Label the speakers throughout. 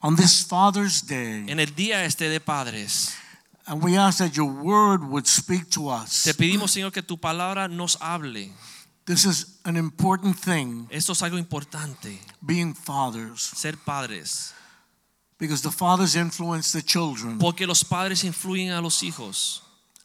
Speaker 1: on this Father's Day,
Speaker 2: en el día este de padres.
Speaker 1: and we ask that your word would speak to us.
Speaker 2: Te pedimos, Señor, que tu palabra nos hable.
Speaker 1: This is an important thing,
Speaker 2: Esto es algo importante,
Speaker 1: being fathers,
Speaker 2: ser padres,
Speaker 1: because the fathers influence the children.
Speaker 2: porque los padres influyen a los hijos.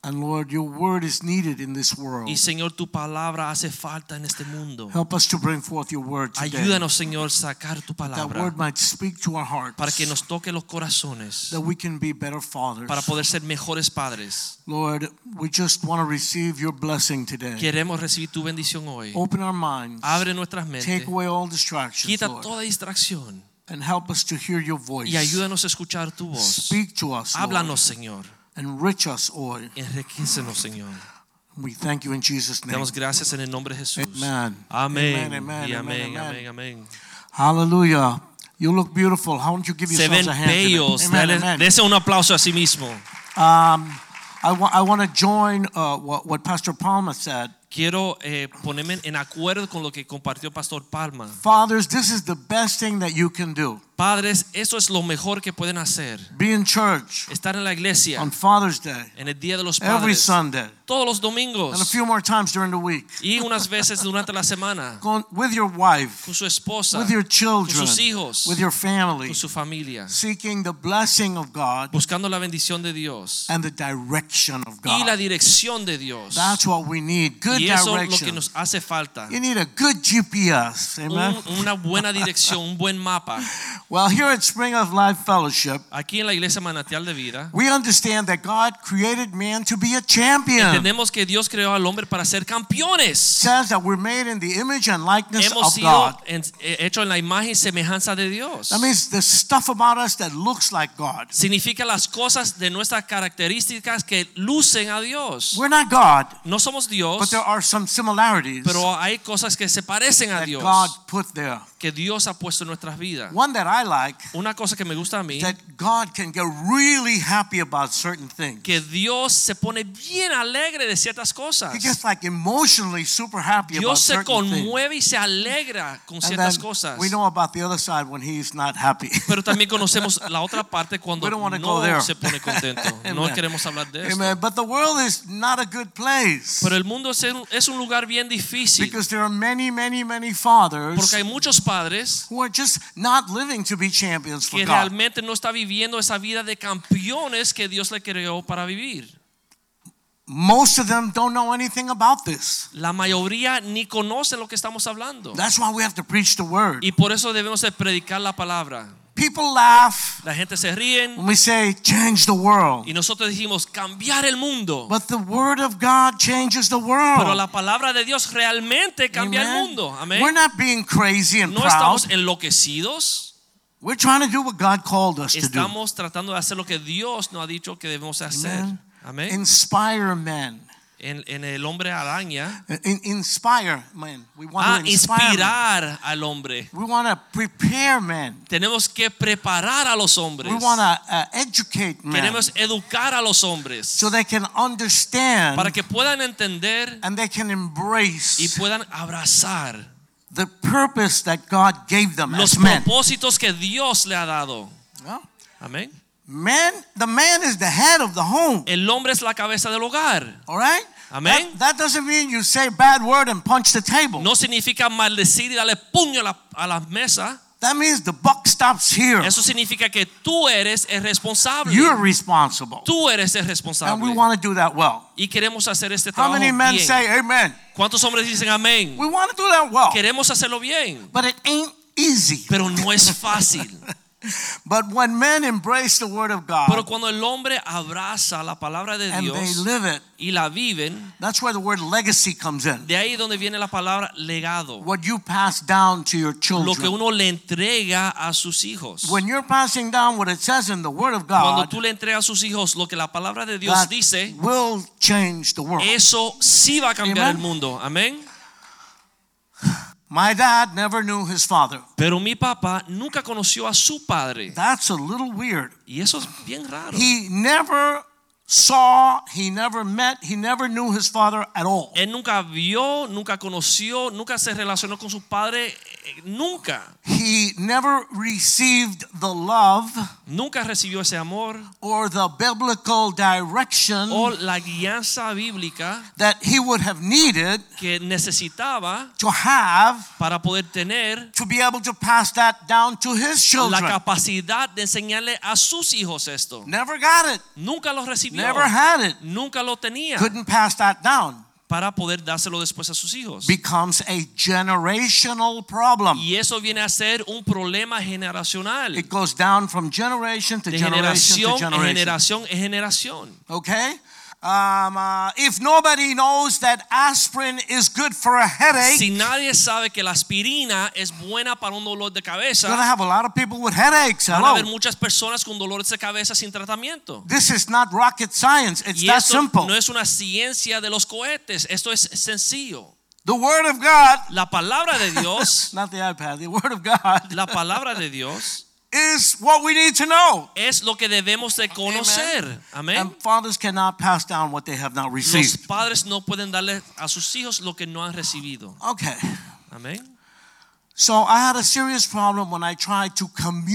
Speaker 1: And Lord, your word is needed in this world.
Speaker 2: Y Señor, tu palabra hace falta en este mundo.
Speaker 1: Oh. Help us to bring forth your word today.
Speaker 2: Ayúdanos, Señor, sacar tu
Speaker 1: that word
Speaker 2: palabra
Speaker 1: might speak to our hearts,
Speaker 2: para que nos toque los corazones,
Speaker 1: that we can be better fathers.
Speaker 2: para poder ser mejores padres.
Speaker 1: Lord, we just want to receive your blessing today.
Speaker 2: Queremos recibir tu bendición hoy.
Speaker 1: Open our minds.
Speaker 2: Abre nuestras mentes,
Speaker 1: Oh, Take away all distractions,
Speaker 2: quita
Speaker 1: Lord,
Speaker 2: toda distracción
Speaker 1: and help us to hear your voice.
Speaker 2: y ayúdanos a escuchar tu voz.
Speaker 1: Speak to us, Lord.
Speaker 2: Háblanos, Señor.
Speaker 1: Enrich us, Lord.
Speaker 2: Enriquecenos, Señor.
Speaker 1: We thank you in Jesus'
Speaker 2: Te
Speaker 1: name.
Speaker 2: Damos gracias en el nombre de Jesús.
Speaker 1: Amen.
Speaker 2: Amén.
Speaker 1: Amen, amen,
Speaker 2: y
Speaker 1: amen,
Speaker 2: amén,
Speaker 1: amen.
Speaker 2: amén, amén.
Speaker 1: Hallelujah. You look beautiful. How don't you give
Speaker 2: Se ven
Speaker 1: yourselves a hand? today?
Speaker 2: bellos.
Speaker 1: Amen,
Speaker 2: Dale-
Speaker 1: amen.
Speaker 2: dese un aplauso a sí mismo.
Speaker 1: Um, I, wa- I want to join uh, what, what Pastor Palma said.
Speaker 2: Quiero eh, ponerme en acuerdo con lo que compartió Pastor Palma.
Speaker 1: Fathers, this is the best thing that you can do.
Speaker 2: Padres, eso es lo mejor que pueden hacer.
Speaker 1: Be in church
Speaker 2: Estar en la iglesia
Speaker 1: on Father's Day
Speaker 2: en el Día de los
Speaker 1: every
Speaker 2: Padres.
Speaker 1: Sunday
Speaker 2: Todos los
Speaker 1: and a
Speaker 2: domingos.
Speaker 1: few more times during the week.
Speaker 2: Y unas veces durante la semana.
Speaker 1: Go on- with your wife,
Speaker 2: Con su esposa.
Speaker 1: with your children,
Speaker 2: sus hijos.
Speaker 1: with your family,
Speaker 2: Con su familia.
Speaker 1: seeking the blessing of God
Speaker 2: Buscando la bendición de Dios.
Speaker 1: and the direction of
Speaker 2: Y
Speaker 1: God.
Speaker 2: la dirección de Dios.
Speaker 1: That's what we need. Good
Speaker 2: y eso es lo que
Speaker 1: direction.
Speaker 2: nos hace falta.
Speaker 1: You need a good GPS. Amen.
Speaker 2: Un- una buena dirección, un buen mapa.
Speaker 1: Well, here at Spring of Life Fellowship,
Speaker 2: Aquí en la iglesia Manantial de Vida,
Speaker 1: we understand that God created man to be a champion. It
Speaker 2: entendemos que Dios creó al hombre para ser campeones.
Speaker 1: says that we're made in the image and likeness
Speaker 2: Hemos
Speaker 1: of
Speaker 2: sido
Speaker 1: God.
Speaker 2: en- eh, hechos en la imagen y semejanza de Dios.
Speaker 1: That means the stuff about us that looks like God.
Speaker 2: Significa las cosas de nuestras características que lucen a Dios.
Speaker 1: We're not God,
Speaker 2: No somos
Speaker 1: but
Speaker 2: Dios,
Speaker 1: there are some similarities
Speaker 2: pero hay cosas que se parecen a
Speaker 1: that
Speaker 2: Dios,
Speaker 1: God put there.
Speaker 2: que Dios ha puesto en nuestras vidas.
Speaker 1: One that I like
Speaker 2: Una cosa que me gusta a mí,
Speaker 1: that God can get really happy about certain things.
Speaker 2: que Dios se pone bien alegre de ciertas
Speaker 1: He
Speaker 2: cosas.
Speaker 1: gets like emotionally super happy about
Speaker 2: Dios se
Speaker 1: certain things.
Speaker 2: conmueve y se alegra con
Speaker 1: And
Speaker 2: ciertas
Speaker 1: then
Speaker 2: cosas.
Speaker 1: We know about the other side when he's not happy.
Speaker 2: Pero también conocemos la otra parte cuando
Speaker 1: We don't wanna go there.
Speaker 2: no se pone contento. No
Speaker 1: Amen.
Speaker 2: queremos hablar de eso.
Speaker 1: Amen. But the world is not a good place.
Speaker 2: Pero el mundo es un, es un lugar bien difícil
Speaker 1: because there are many, many, many fathers
Speaker 2: porque hay muchos padres
Speaker 1: who are just not living to be champions for
Speaker 2: que
Speaker 1: God.
Speaker 2: realmente no está viviendo esa vida de campeones que Dios le creó para vivir.
Speaker 1: Most of them don't know anything about this.
Speaker 2: La mayoría ni conocen lo que estamos hablando.
Speaker 1: That's why we have to preach the word.
Speaker 2: Y por eso debemos de predicar la palabra.
Speaker 1: People laugh
Speaker 2: La gente se ríe
Speaker 1: when we say change the world.
Speaker 2: y nosotros dijimos cambiar el mundo.
Speaker 1: But the word of God changes the
Speaker 2: Pero
Speaker 1: world.
Speaker 2: la palabra de Dios realmente cambia
Speaker 1: Amen.
Speaker 2: el mundo. Amén.
Speaker 1: We're not being crazy and
Speaker 2: No
Speaker 1: proud.
Speaker 2: estamos enloquecidos.
Speaker 1: We're trying to do what God called us to do.
Speaker 2: Estamos tratando de hacer lo que Dios nos ha dicho que debemos hacer.
Speaker 1: Amen.
Speaker 2: Amén.
Speaker 1: Inspire men.
Speaker 2: En, en el hombre araña.
Speaker 1: In- inspire men. We want
Speaker 2: A
Speaker 1: to inspire men.
Speaker 2: Ah, inspirar al hombre.
Speaker 1: We want to prepare men.
Speaker 2: Tenemos que preparar a los hombres.
Speaker 1: We want to uh, educate men
Speaker 2: Queremos educar a los hombres
Speaker 1: so they can understand
Speaker 2: para que puedan entender
Speaker 1: and they can
Speaker 2: y
Speaker 1: embrace
Speaker 2: puedan abrazar
Speaker 1: the purpose that God gave them
Speaker 2: los
Speaker 1: as men.
Speaker 2: propósitos que Dios le ha dado.
Speaker 1: Well,
Speaker 2: Amén.
Speaker 1: men, the man is the head of the home.
Speaker 2: El hombre es la cabeza del hogar.
Speaker 1: All right?
Speaker 2: Amen.
Speaker 1: That, that doesn't mean you say a bad word and punch the table.
Speaker 2: No significa maldecir y darle puño a la, a la mesa.
Speaker 1: That means the buck stops here.
Speaker 2: Eso significa que tú eres el responsable.
Speaker 1: You're responsible.
Speaker 2: tú eres el
Speaker 1: And we
Speaker 2: responsable.
Speaker 1: want to do that well.
Speaker 2: y queremos hacer este
Speaker 1: How
Speaker 2: trabajo
Speaker 1: many men
Speaker 2: bien.
Speaker 1: say amen?
Speaker 2: ¿Cuántos hombres dicen amén?
Speaker 1: We want to do that well.
Speaker 2: Queremos hacerlo bien,
Speaker 1: But it ain't easy.
Speaker 2: pero no es fácil.
Speaker 1: But when men embrace the word of
Speaker 2: Pero
Speaker 1: God
Speaker 2: cuando el hombre abraza la palabra de
Speaker 1: and they
Speaker 2: Dios
Speaker 1: live it,
Speaker 2: y la viven,
Speaker 1: that's where the word legacy comes in.
Speaker 2: de ahí donde viene la palabra legado,
Speaker 1: What you pass down to your
Speaker 2: lo que
Speaker 1: children.
Speaker 2: uno le entrega a sus hijos.
Speaker 1: When you're passing down what it says in the word of
Speaker 2: Cuando
Speaker 1: God,
Speaker 2: tú le entregas a sus hijos lo que la palabra de Dios
Speaker 1: that
Speaker 2: dice,
Speaker 1: will change the world.
Speaker 2: eso sí va a cambiar
Speaker 1: Amen.
Speaker 2: el mundo. Amén.
Speaker 1: My dad never knew his father.
Speaker 2: Pero mi papá nunca conoció a su padre.
Speaker 1: That's a little weird.
Speaker 2: Y eso es bien raro.
Speaker 1: He never saw, he never met, he never knew his father at all.
Speaker 2: Él nunca vio, nunca conoció, nunca se relacionó con su padre, eh, nunca.
Speaker 1: He never received the love
Speaker 2: Nunca recibió ese amor
Speaker 1: or the biblical direction
Speaker 2: o la guianza bíblica
Speaker 1: that he would have needed
Speaker 2: que necesitaba
Speaker 1: to have
Speaker 2: para poder tener
Speaker 1: to be able to pass that down to his
Speaker 2: la
Speaker 1: children.
Speaker 2: capacidad de enseñarle a sus hijos esto.
Speaker 1: Never got it.
Speaker 2: Nunca lo recibió.
Speaker 1: Never had it.
Speaker 2: Nunca lo tenía
Speaker 1: Couldn't pass that down.
Speaker 2: para poder dárselo después a sus hijos.
Speaker 1: Becomes a generational problem.
Speaker 2: Y eso viene a ser un problema generacional.
Speaker 1: It goes down from generation to
Speaker 2: De
Speaker 1: generation to
Speaker 2: generación en
Speaker 1: generation.
Speaker 2: generación en generación.
Speaker 1: Okay? Um, uh, if nobody knows that aspirin is good for a headache,
Speaker 2: Si nadie sabe que la aspirina es buena para un dolor de
Speaker 1: you're going to
Speaker 2: cabeza,
Speaker 1: have a lot of people with headaches.
Speaker 2: van a haber
Speaker 1: Hello.
Speaker 2: muchas personas con dolores de cabeza sin tratamiento.
Speaker 1: This is not rocket science. It's
Speaker 2: Y
Speaker 1: that
Speaker 2: eso
Speaker 1: simple.
Speaker 2: no es una ciencia de los cohetes, esto es sencillo.
Speaker 1: The Word of God,
Speaker 2: La palabra de Dios,
Speaker 1: not the iPad, the Word of God
Speaker 2: la palabra de Dios
Speaker 1: is what we need to know.
Speaker 2: es lo que debemos de conocer. Amén.
Speaker 1: And fathers cannot pass down what they have not
Speaker 2: Los
Speaker 1: received.
Speaker 2: padres no pueden darle a sus hijos lo que no han recibido.
Speaker 1: Okay.
Speaker 2: Amén.
Speaker 1: So I had a serious problem when I tried to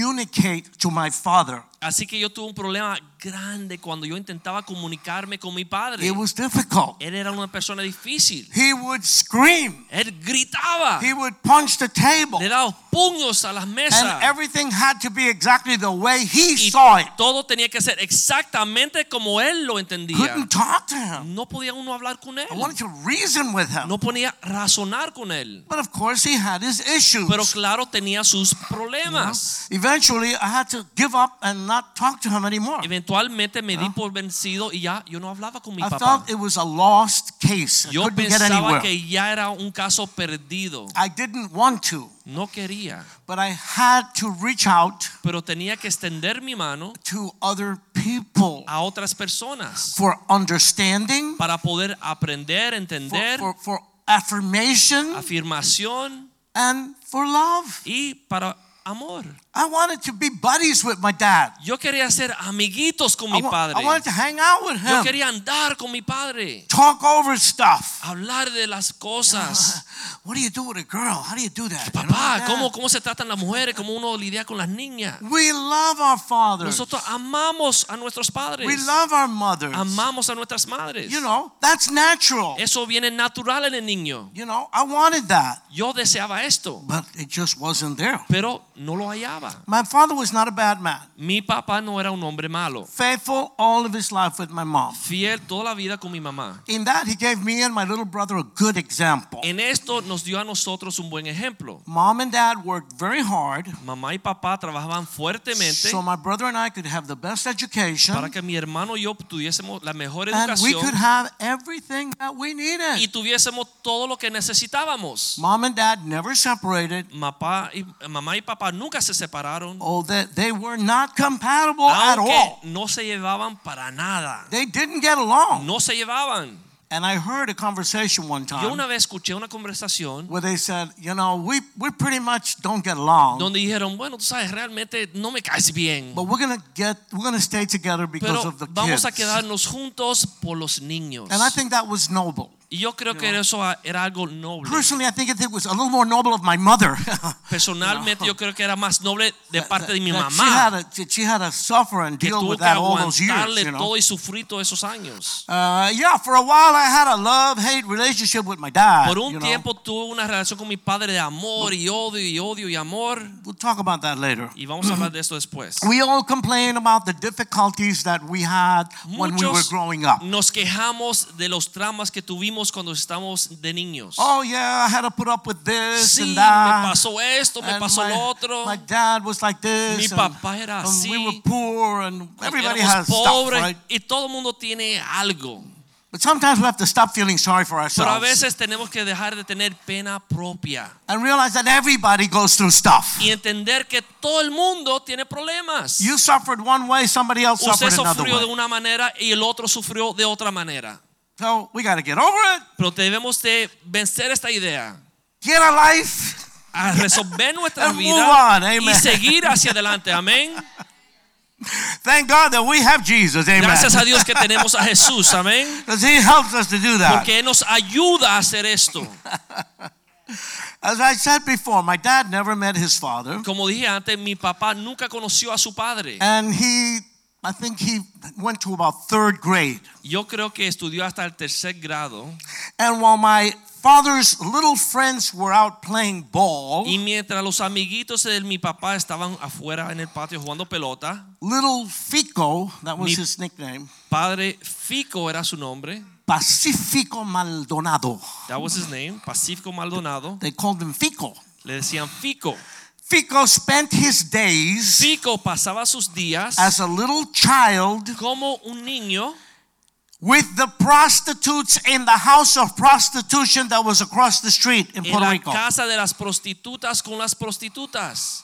Speaker 1: communicate to my father.
Speaker 2: Así que yo tuve un problema grande cuando yo intentaba comunicarme con mi padre.
Speaker 1: It was difficult.
Speaker 2: Él era una persona difícil.
Speaker 1: He would scream.
Speaker 2: Él gritaba.
Speaker 1: He would punch the table.
Speaker 2: le daba puños a las mesas
Speaker 1: And everything had to be exactly the way he
Speaker 2: y
Speaker 1: saw it.
Speaker 2: todo tenía que ser exactamente como él lo entendía.
Speaker 1: Couldn't talk to him.
Speaker 2: No podía uno hablar con él,
Speaker 1: I wanted to reason with him.
Speaker 2: no podía razonar con él.
Speaker 1: But of course, he had his issues.
Speaker 2: Pero claro, tenía sus problemas.
Speaker 1: Eventually, I had to give up and not talk to him anymore.
Speaker 2: Eventualmente me di por vencido y ya yo no hablaba con mi
Speaker 1: Ah. I
Speaker 2: papá.
Speaker 1: felt it was a lost case. I
Speaker 2: Yo
Speaker 1: couldn't get
Speaker 2: pensaba
Speaker 1: anywhere.
Speaker 2: que ya era un caso perdido.
Speaker 1: I didn't want to,
Speaker 2: No quería,
Speaker 1: but I had to reach out
Speaker 2: pero tenía que extender mi mano
Speaker 1: to other people
Speaker 2: a otras personas
Speaker 1: for understanding,
Speaker 2: para poder aprender,
Speaker 1: for,
Speaker 2: entender,
Speaker 1: for, for affirmation,
Speaker 2: afirmación
Speaker 1: and for love.
Speaker 2: y para amor.
Speaker 1: I wanted to be buddies with my dad.
Speaker 2: Yo quería ser amiguitos con
Speaker 1: I,
Speaker 2: mi
Speaker 1: wa-
Speaker 2: padre.
Speaker 1: I wanted to hang out with
Speaker 2: Yo
Speaker 1: him,
Speaker 2: quería andar con mi padre,
Speaker 1: talk over stuff.
Speaker 2: hablar de las cosas.
Speaker 1: What do you do with a girl? How do you do Ah, that? You know,
Speaker 2: Papá,
Speaker 1: dad.
Speaker 2: ¿cómo, cómo se tratan las mujeres, cómo uno lidia con las niñas.
Speaker 1: We love our fathers.
Speaker 2: Nosotros amamos a nuestros padres,
Speaker 1: We love our mothers.
Speaker 2: amamos a nuestras madres.
Speaker 1: You know, that's natural.
Speaker 2: Eso viene natural en el niño.
Speaker 1: You know, I wanted that,
Speaker 2: Yo deseaba esto,
Speaker 1: but it just wasn't there.
Speaker 2: pero no lo hallaba.
Speaker 1: My father was not a bad man.
Speaker 2: Mi papá no era un hombre malo,
Speaker 1: Faithful all of his life with my mom.
Speaker 2: fiel toda la vida con mi mamá.
Speaker 1: In that, he gave me and my little brother a good example.
Speaker 2: En esto nos dio a nosotros un buen ejemplo.
Speaker 1: Mom and dad worked very hard
Speaker 2: Mamá y papá trabajaban fuertemente
Speaker 1: so my brother and I could have the best education
Speaker 2: para que mi hermano y yo tuviésemos la mejor
Speaker 1: ¿Ah? and we
Speaker 2: educación
Speaker 1: could have everything that we
Speaker 2: y
Speaker 1: needed.
Speaker 2: tuviésemos todo lo que necesitábamos.
Speaker 1: Mom and dad never separated.
Speaker 2: Mamá y, mamá y papá nunca se separaron,
Speaker 1: Oh, they, they were not compatible Oh, at
Speaker 2: aunque
Speaker 1: all.
Speaker 2: no se llevaban para nada.
Speaker 1: They didn't get along.
Speaker 2: No se llevaban.
Speaker 1: And I heard a conversation one time.
Speaker 2: Yo una vez escuché una conversación
Speaker 1: where they said, you know, we, we pretty much don't get along,
Speaker 2: donde dijeron, bueno, tú sabes, realmente no me caes bien,
Speaker 1: but we're gonna get we're gonna stay together because
Speaker 2: pero
Speaker 1: of the
Speaker 2: vamos
Speaker 1: kids.
Speaker 2: a quedarnos juntos por los niños.
Speaker 1: And I think that was noble.
Speaker 2: Y yo creo que eso a- era algo noble.
Speaker 1: Personally, I think it was a little more noble of my mother.
Speaker 2: Personalmente yo creo que era más noble de parte de mi
Speaker 1: That
Speaker 2: mamá.
Speaker 1: She had, to, she had to suffer and
Speaker 2: que
Speaker 1: deal
Speaker 2: tuvo
Speaker 1: with
Speaker 2: que
Speaker 1: that all those years,
Speaker 2: aguantarle
Speaker 1: you know.
Speaker 2: todo y sufrir todos esos años.
Speaker 1: Uh, yeah, for a while I had a love-hate relationship with my dad.
Speaker 2: Por un
Speaker 1: Ah, you know.
Speaker 2: tiempo tuve una relación con mi padre de amor y odio y odio y amor.
Speaker 1: We'll talk about that later.
Speaker 2: Y vamos a hablar de esto después.
Speaker 1: We all complain about the difficulties that we had when we were
Speaker 2: Muchos
Speaker 1: growing up.
Speaker 2: nos quejamos de los traumas que tuvimos vivimos cuando estamos de niños.
Speaker 1: Oh yeah, I had to put up with this
Speaker 2: sí,
Speaker 1: and
Speaker 2: me
Speaker 1: that.
Speaker 2: pasó esto, me
Speaker 1: And
Speaker 2: pasó
Speaker 1: my,
Speaker 2: lo otro.
Speaker 1: my dad was like this.
Speaker 2: Mi
Speaker 1: and-
Speaker 2: papá era
Speaker 1: and
Speaker 2: así.
Speaker 1: We were poor, and everybody
Speaker 2: Éramos
Speaker 1: has
Speaker 2: pobres
Speaker 1: stuff, right?
Speaker 2: y todo el mundo tiene algo.
Speaker 1: But sometimes we have to stop feeling sorry for
Speaker 2: Pero a
Speaker 1: ourselves
Speaker 2: veces tenemos que dejar de tener pena propia
Speaker 1: and realize that everybody goes through stuff.
Speaker 2: y entender que todo el mundo tiene problemas.
Speaker 1: You suffered one way, somebody else
Speaker 2: Usted
Speaker 1: suffered another
Speaker 2: sufrió de
Speaker 1: way.
Speaker 2: una manera y el otro sufrió de otra manera.
Speaker 1: So we got to get over it,
Speaker 2: Pero debemos de vencer esta idea,
Speaker 1: get a life.
Speaker 2: a resolver nuestra
Speaker 1: And move
Speaker 2: vida
Speaker 1: on, amen.
Speaker 2: y seguir hacia adelante. Amén.
Speaker 1: Thank God that we have Jesus. Amen.
Speaker 2: Gracias a Dios que tenemos a Jesús. Amén.
Speaker 1: Because He helps us to do that.
Speaker 2: Porque Él nos ayuda a hacer esto.
Speaker 1: As I said before, my dad never met his father,
Speaker 2: Como dije antes, mi papá nunca conoció a su padre.
Speaker 1: and he, I think he went to about third grade.
Speaker 2: Yo creo que estudió hasta el tercer grado.
Speaker 1: And while my father's little friends were out playing ball,
Speaker 2: Y mientras los amiguitos de mi papá estaban afuera en el patio jugando pelota,
Speaker 1: little Fico, that was
Speaker 2: Mi-
Speaker 1: his nickname,
Speaker 2: padre Fico era su nombre.
Speaker 1: Pacifico Maldonado.
Speaker 2: That was his name, Pacífico Maldonado.
Speaker 1: They called him Fico.
Speaker 2: Le decían Fico.
Speaker 1: Fico spent his days
Speaker 2: Fico pasaba sus días
Speaker 1: as a little child
Speaker 2: como un niño
Speaker 1: with the prostitutes in the house of prostitution that was across the street in
Speaker 2: en
Speaker 1: Puerto
Speaker 2: la
Speaker 1: Rico.
Speaker 2: casa de las prostitutas con las prostitutas.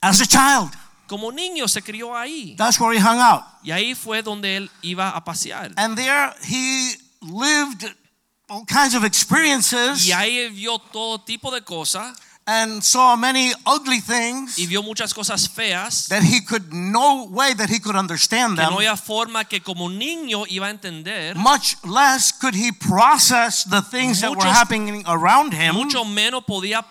Speaker 1: As a child,
Speaker 2: Como niño se crió ahí.
Speaker 1: that's where he hung out.
Speaker 2: Y ahí fue donde él iba a pasear.
Speaker 1: And there he lived all kinds of experiences
Speaker 2: Y ahí él vio todo tipo de cosas
Speaker 1: and saw many ugly things
Speaker 2: y vio muchas cosas feas.
Speaker 1: that he could no way that he could understand
Speaker 2: que
Speaker 1: them.
Speaker 2: no había forma que como niño iba a entender,
Speaker 1: Much less could he process the things that were
Speaker 2: Muchos-
Speaker 1: happening around him.
Speaker 2: mucho menos podía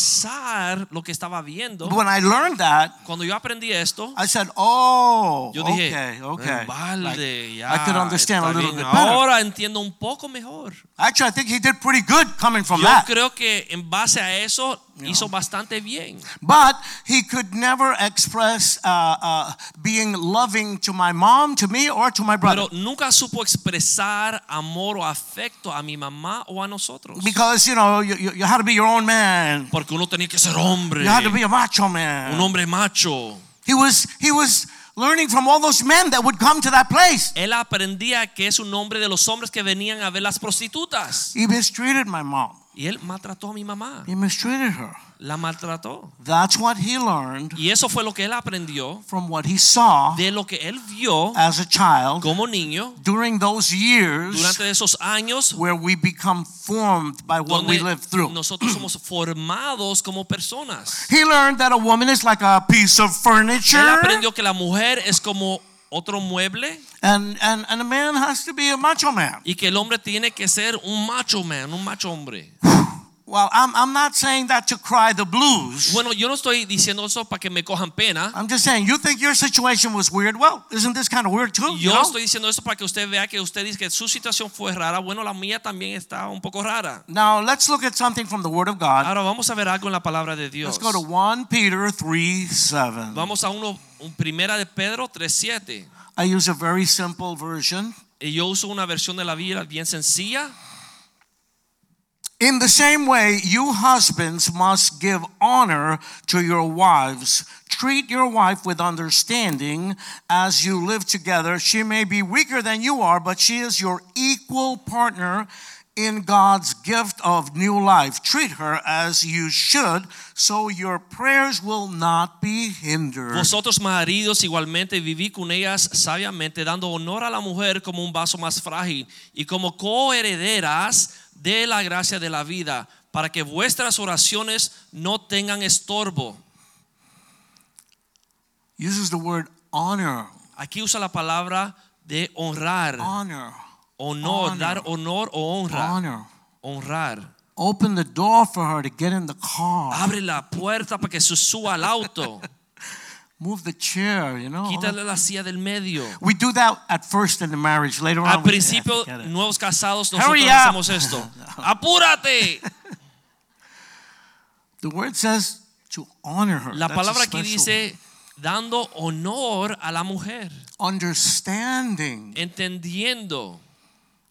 Speaker 2: procesar lo que estaba viendo.
Speaker 1: When I learned that,
Speaker 2: Cuando yo aprendí esto,
Speaker 1: I said, "Oh,
Speaker 2: yo dije,
Speaker 1: okay,
Speaker 2: "Eh,
Speaker 1: okay."
Speaker 2: vale,
Speaker 1: Like,
Speaker 2: ya,
Speaker 1: I could understand a
Speaker 2: está
Speaker 1: little
Speaker 2: bien.
Speaker 1: bit better.
Speaker 2: Ahora entiendo un poco mejor.
Speaker 1: Actually, I think he did pretty good coming from
Speaker 2: Yo
Speaker 1: that.
Speaker 2: creo que en base a eso hizo bastante bien.
Speaker 1: But he could never express uh, uh, being loving to my mom, to me, or to my brother.
Speaker 2: Pero nunca supo expresar amor o afecto a mi mamá o a nosotros.
Speaker 1: because, you know, you, you, you had to be your own man.
Speaker 2: Porque uno tenía que ser hombre,
Speaker 1: You had to be a macho man.
Speaker 2: un hombre macho.
Speaker 1: He was he was learning from all those men that would come to that place.
Speaker 2: Él aprendía que es un hombre de los hombres que venían a ver las prostitutas.
Speaker 1: He mistreated my mom.
Speaker 2: Y él maltrató a mi mamá.
Speaker 1: He mistreated her.
Speaker 2: La maltrató.
Speaker 1: That's what he learned
Speaker 2: Y eso fue lo que él aprendió
Speaker 1: from what he saw
Speaker 2: de lo que él vio
Speaker 1: as a child
Speaker 2: como niño
Speaker 1: during those years
Speaker 2: durante esos años
Speaker 1: where we become formed by what we
Speaker 2: donde
Speaker 1: live through.
Speaker 2: nosotros somos formados como personas.
Speaker 1: He learned that a woman is like a piece of
Speaker 2: Él
Speaker 1: furniture
Speaker 2: aprendió que la mujer es como otro mueble
Speaker 1: and, and, and a man has to be a macho man.
Speaker 2: y que el hombre tiene que ser un macho man, un macho hombre.
Speaker 1: Well, I'm, I'm not saying that to cry the blues.
Speaker 2: Bueno, yo no estoy diciendo eso para que me cojan pena.
Speaker 1: I'm just saying, you think your situation was weird? Well, isn't this kind of weird too? you
Speaker 2: Yo
Speaker 1: know?
Speaker 2: estoy diciendo eso para que usted vea que usted dice que su situación fue rara. Bueno, la mía también está un poco rara.
Speaker 1: Now let's look at something from the Word of God.
Speaker 2: Ahora vamos a ver algo en la palabra de Dios.
Speaker 1: Let's go to 1 Peter 3 7.
Speaker 2: Vamos a uno, un primera de Pedro 3.7.
Speaker 1: I use a very simple version.
Speaker 2: Y yo uso una versión de la Biblia bien sencilla.
Speaker 1: In the same way, you husbands must give honor to your wives. Treat your wife with understanding as you live together. She may be weaker than you are, but she is your equal partner in God's gift of new life. Treat her as you should, so your prayers will not be hindered.
Speaker 2: Vosotros maridos igualmente viví con ellas sabiamente, dando honor a la mujer como un vaso más frágil y como coherederas de la gracia de la vida, para que vuestras oraciones no tengan estorbo.
Speaker 1: Uses the word honor.
Speaker 2: Aquí usa la palabra de honrar,
Speaker 1: Honor.
Speaker 2: honor,
Speaker 1: honor.
Speaker 2: dar honor o honra,
Speaker 1: Honor.
Speaker 2: honrar.
Speaker 1: Open the door for her to get in the car.
Speaker 2: Abre la puerta para que se suba al auto.
Speaker 1: Move the chair, you know.
Speaker 2: Quítale la silla del medio.
Speaker 1: We do that at first in the marriage. Later
Speaker 2: Al
Speaker 1: on, we say, "Ah,
Speaker 2: principio,
Speaker 1: forget it."
Speaker 2: nuevos casados,
Speaker 1: Hurry
Speaker 2: nosotros
Speaker 1: up.
Speaker 2: hacemos esto. ¡Apúrate!
Speaker 1: the word says to honor her.
Speaker 2: La
Speaker 1: That's a
Speaker 2: palabra aquí
Speaker 1: special-
Speaker 2: dice dando honor a la mujer,
Speaker 1: understanding.
Speaker 2: entendiendo.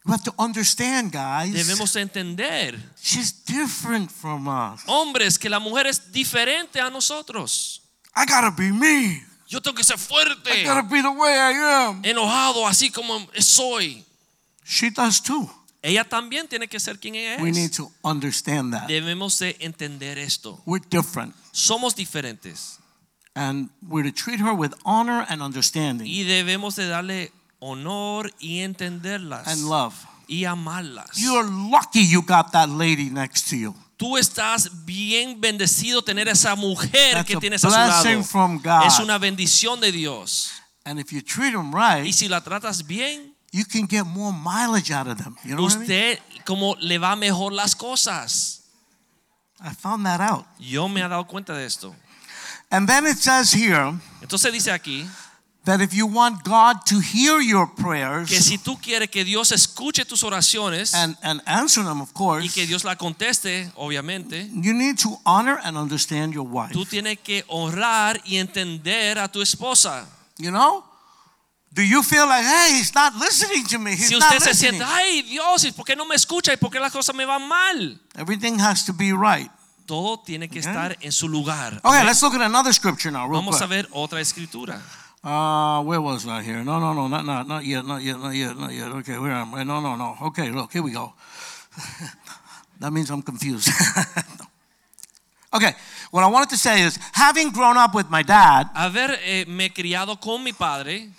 Speaker 1: We have to understand, guys.
Speaker 2: Debemos entender,
Speaker 1: She's different from us.
Speaker 2: hombres, que la mujer es diferente a nosotros.
Speaker 1: I gotta be me.
Speaker 2: Yo tengo que ser
Speaker 1: I
Speaker 2: fuerte,
Speaker 1: gotta be the way I am.
Speaker 2: enojado, así como soy.
Speaker 1: She does too.
Speaker 2: Ella también tiene que ser quien ella
Speaker 1: We need
Speaker 2: es.
Speaker 1: to understand that.
Speaker 2: Debemos de entender esto.
Speaker 1: We're different.
Speaker 2: Somos diferentes
Speaker 1: And we're to treat her with honor and understanding
Speaker 2: y debemos de darle honor y
Speaker 1: and
Speaker 2: entenderlas
Speaker 1: love.
Speaker 2: y amarlas.
Speaker 1: You're lucky you got that lady next to you.
Speaker 2: Tú estás bien bendecido tener esa mujer
Speaker 1: That's
Speaker 2: que
Speaker 1: a
Speaker 2: tienes a su lado.
Speaker 1: blessing from God.
Speaker 2: Es una bendición de Dios.
Speaker 1: And if you treat them
Speaker 2: Y
Speaker 1: right,
Speaker 2: si la tratas bien,
Speaker 1: you can get more mileage out of them. You know what I mean?
Speaker 2: usted como le va mejor las cosas.
Speaker 1: I found that out.
Speaker 2: Yo me he dado cuenta de esto.
Speaker 1: And then it says here
Speaker 2: Entonces dice aquí
Speaker 1: that if you want God to hear your
Speaker 2: que
Speaker 1: prayers
Speaker 2: si tú quieres que Dios escuche tus oraciones
Speaker 1: and, and answer them, of course,
Speaker 2: y que Dios la conteste, obviamente,
Speaker 1: you need to honor and understand your wife.
Speaker 2: tú tienes que honrar y entender a tu esposa.
Speaker 1: You know? Do you feel like, hey, he's not listening to me? He's
Speaker 2: Si
Speaker 1: not
Speaker 2: usted se
Speaker 1: listening.
Speaker 2: siente, ay Dios, ¿y por qué no me escucha? ¿Y por qué las cosas me van mal?
Speaker 1: Everything has to be right.
Speaker 2: Todo tiene que
Speaker 1: Ok.
Speaker 2: estar en su lugar.
Speaker 1: Okay, let's look at another scripture now, real
Speaker 2: Vamos a
Speaker 1: quick.
Speaker 2: ver otra escritura.
Speaker 1: Uh, where was I here? No, no, no, not, not, not yet, not yet, not yet, not yet. Okay, where am I? No, no, no. Okay, look, here we go. that means I'm confused. okay, what I wanted to say is, having grown up with my dad,
Speaker 2: Haber eh, me criado con mi padre,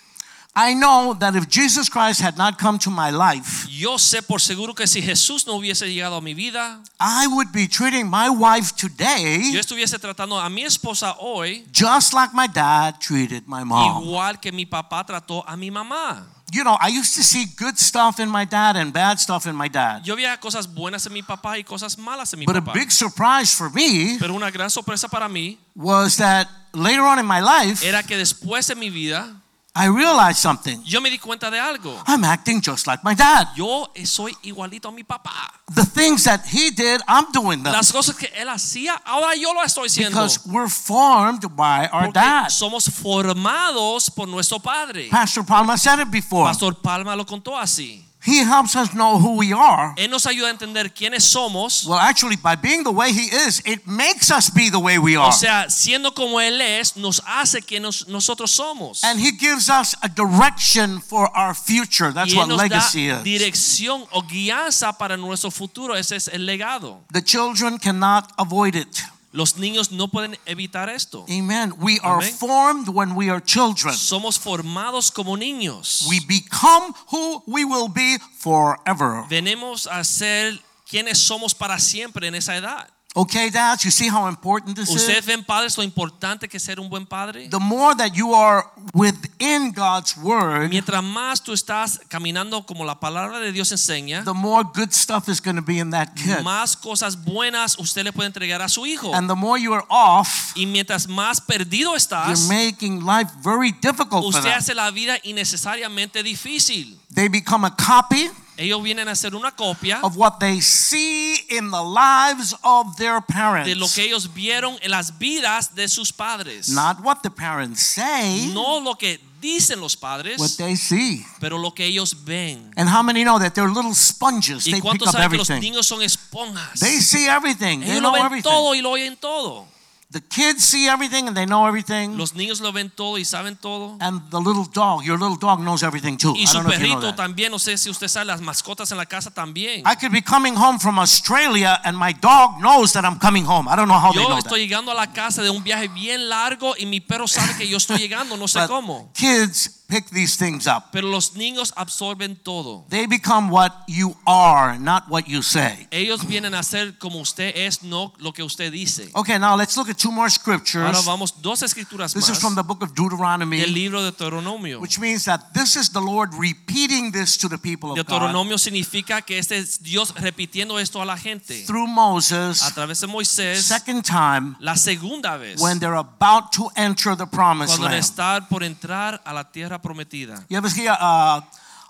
Speaker 1: I know that if Jesus Christ had not come to my life,
Speaker 2: yo sé por seguro que si Jesús no hubiese llegado a mi vida,
Speaker 1: I would be treating my wife today
Speaker 2: yo estuviese tratando a mi esposa hoy
Speaker 1: just like my dad treated my mom.
Speaker 2: igual que mi papá trató a mi mamá.
Speaker 1: You know, I used to see good stuff in my dad and bad stuff in my dad.
Speaker 2: Yo veía cosas buenas en mi papá y cosas malas en mi
Speaker 1: But a
Speaker 2: papá.
Speaker 1: big surprise for me
Speaker 2: Pero una gran sorpresa para mí
Speaker 1: was that later on in my life,
Speaker 2: era que después de mi vida,
Speaker 1: I realized something.
Speaker 2: yo me di cuenta de algo.
Speaker 1: I'm acting just like my dad.
Speaker 2: Yo soy igualito a mi papá.
Speaker 1: The things that he did, I'm doing them.
Speaker 2: Las cosas que él hacía, ahora yo lo estoy haciendo.
Speaker 1: Because we're formed by our
Speaker 2: Porque
Speaker 1: dad.
Speaker 2: somos formados por nuestro padre.
Speaker 1: Pastor Palma said it before.
Speaker 2: Pastor Palma lo contó así.
Speaker 1: He helps us know who we are.
Speaker 2: Él nos ayuda a entender quiénes somos.
Speaker 1: Well, actually, by being the way he is, it makes us be the way we are.
Speaker 2: O sea, siendo como Él es, nos hace que nos- nosotros somos.
Speaker 1: And he gives us a direction for our future. That's
Speaker 2: y Él
Speaker 1: what
Speaker 2: nos
Speaker 1: legacy is.
Speaker 2: da dirección o guianza para nuestro futuro. Ese es el legado.
Speaker 1: The children cannot avoid it.
Speaker 2: Los niños no pueden evitar esto.
Speaker 1: Amen. We are
Speaker 2: Amen.
Speaker 1: formed when we are children.
Speaker 2: Somos formados como niños.
Speaker 1: We become who we will be forever.
Speaker 2: Venimos a ser quienes somos para siempre en esa edad.
Speaker 1: Okay, dads, you see how important this
Speaker 2: Ustedes
Speaker 1: is?
Speaker 2: ven padres lo importante que es ser un buen padre.
Speaker 1: The more that you are within God's word,
Speaker 2: Mientras más tú estás caminando como la palabra de Dios enseña,
Speaker 1: the more good stuff is going to be in that kid.
Speaker 2: más cosas buenas usted le puede entregar a su hijo.
Speaker 1: And the more you are off,
Speaker 2: Y mientras más perdido estás,
Speaker 1: you're making life very difficult for
Speaker 2: usted
Speaker 1: them.
Speaker 2: hace la vida innecesariamente difícil.
Speaker 1: They become a copy
Speaker 2: Ellos vienen a hacer una copia
Speaker 1: of what they see in the lives of their
Speaker 2: de lo
Speaker 1: parents.
Speaker 2: que ellos vieron en las vidas de sus padres.
Speaker 1: Not what the parents say,
Speaker 2: No lo que dicen los
Speaker 1: what
Speaker 2: padres,
Speaker 1: they see.
Speaker 2: pero lo que ellos ven.
Speaker 1: And how many know that they're little sponges?
Speaker 2: ¿Y
Speaker 1: They pick
Speaker 2: cuántos
Speaker 1: up
Speaker 2: saben que los
Speaker 1: everything.
Speaker 2: niños son esponjas?
Speaker 1: They see everything. They
Speaker 2: Ellos lo
Speaker 1: know
Speaker 2: ven
Speaker 1: everything.
Speaker 2: todo y lo oyen todo.
Speaker 1: The kids see everything and they know everything.
Speaker 2: Los niños lo ven todo y saben todo.
Speaker 1: And the little dog, your little dog knows everything too.
Speaker 2: Y
Speaker 1: I
Speaker 2: su
Speaker 1: don't know if you know that.
Speaker 2: perrito también, no sé si usted sabe, las mascotas en la casa también.
Speaker 1: I could be coming home from Australia and my dog knows that I'm coming home. I don't know how they
Speaker 2: Yo
Speaker 1: know
Speaker 2: estoy llegando a la casa de un viaje bien largo y mi perro sabe que yo estoy llegando, no sé
Speaker 1: that.
Speaker 2: cómo.
Speaker 1: But kids pick these things up.
Speaker 2: Pero los niños absorben todo.
Speaker 1: They become what you are, not what you say.
Speaker 2: Ellos vienen a ser como usted es, no lo que usted dice.
Speaker 1: Okay, now let's look at two more
Speaker 2: Ahora
Speaker 1: scriptures.
Speaker 2: vamos dos escrituras
Speaker 1: This is from
Speaker 2: más
Speaker 1: the book of Deuteronomy,
Speaker 2: del libro de Deuteronomio.
Speaker 1: which means that this is the Lord repeating this to the people of oh God
Speaker 2: Deuteronomio significa que este es Dios repitiendo esto a la gente
Speaker 1: through Moses,
Speaker 2: a través de Moisés
Speaker 1: second time,
Speaker 2: la segunda vez
Speaker 1: when they're about to enter the promised
Speaker 2: cuando
Speaker 1: land.
Speaker 2: estar por entrar a la tierra prometida.
Speaker 1: You ever see a, a,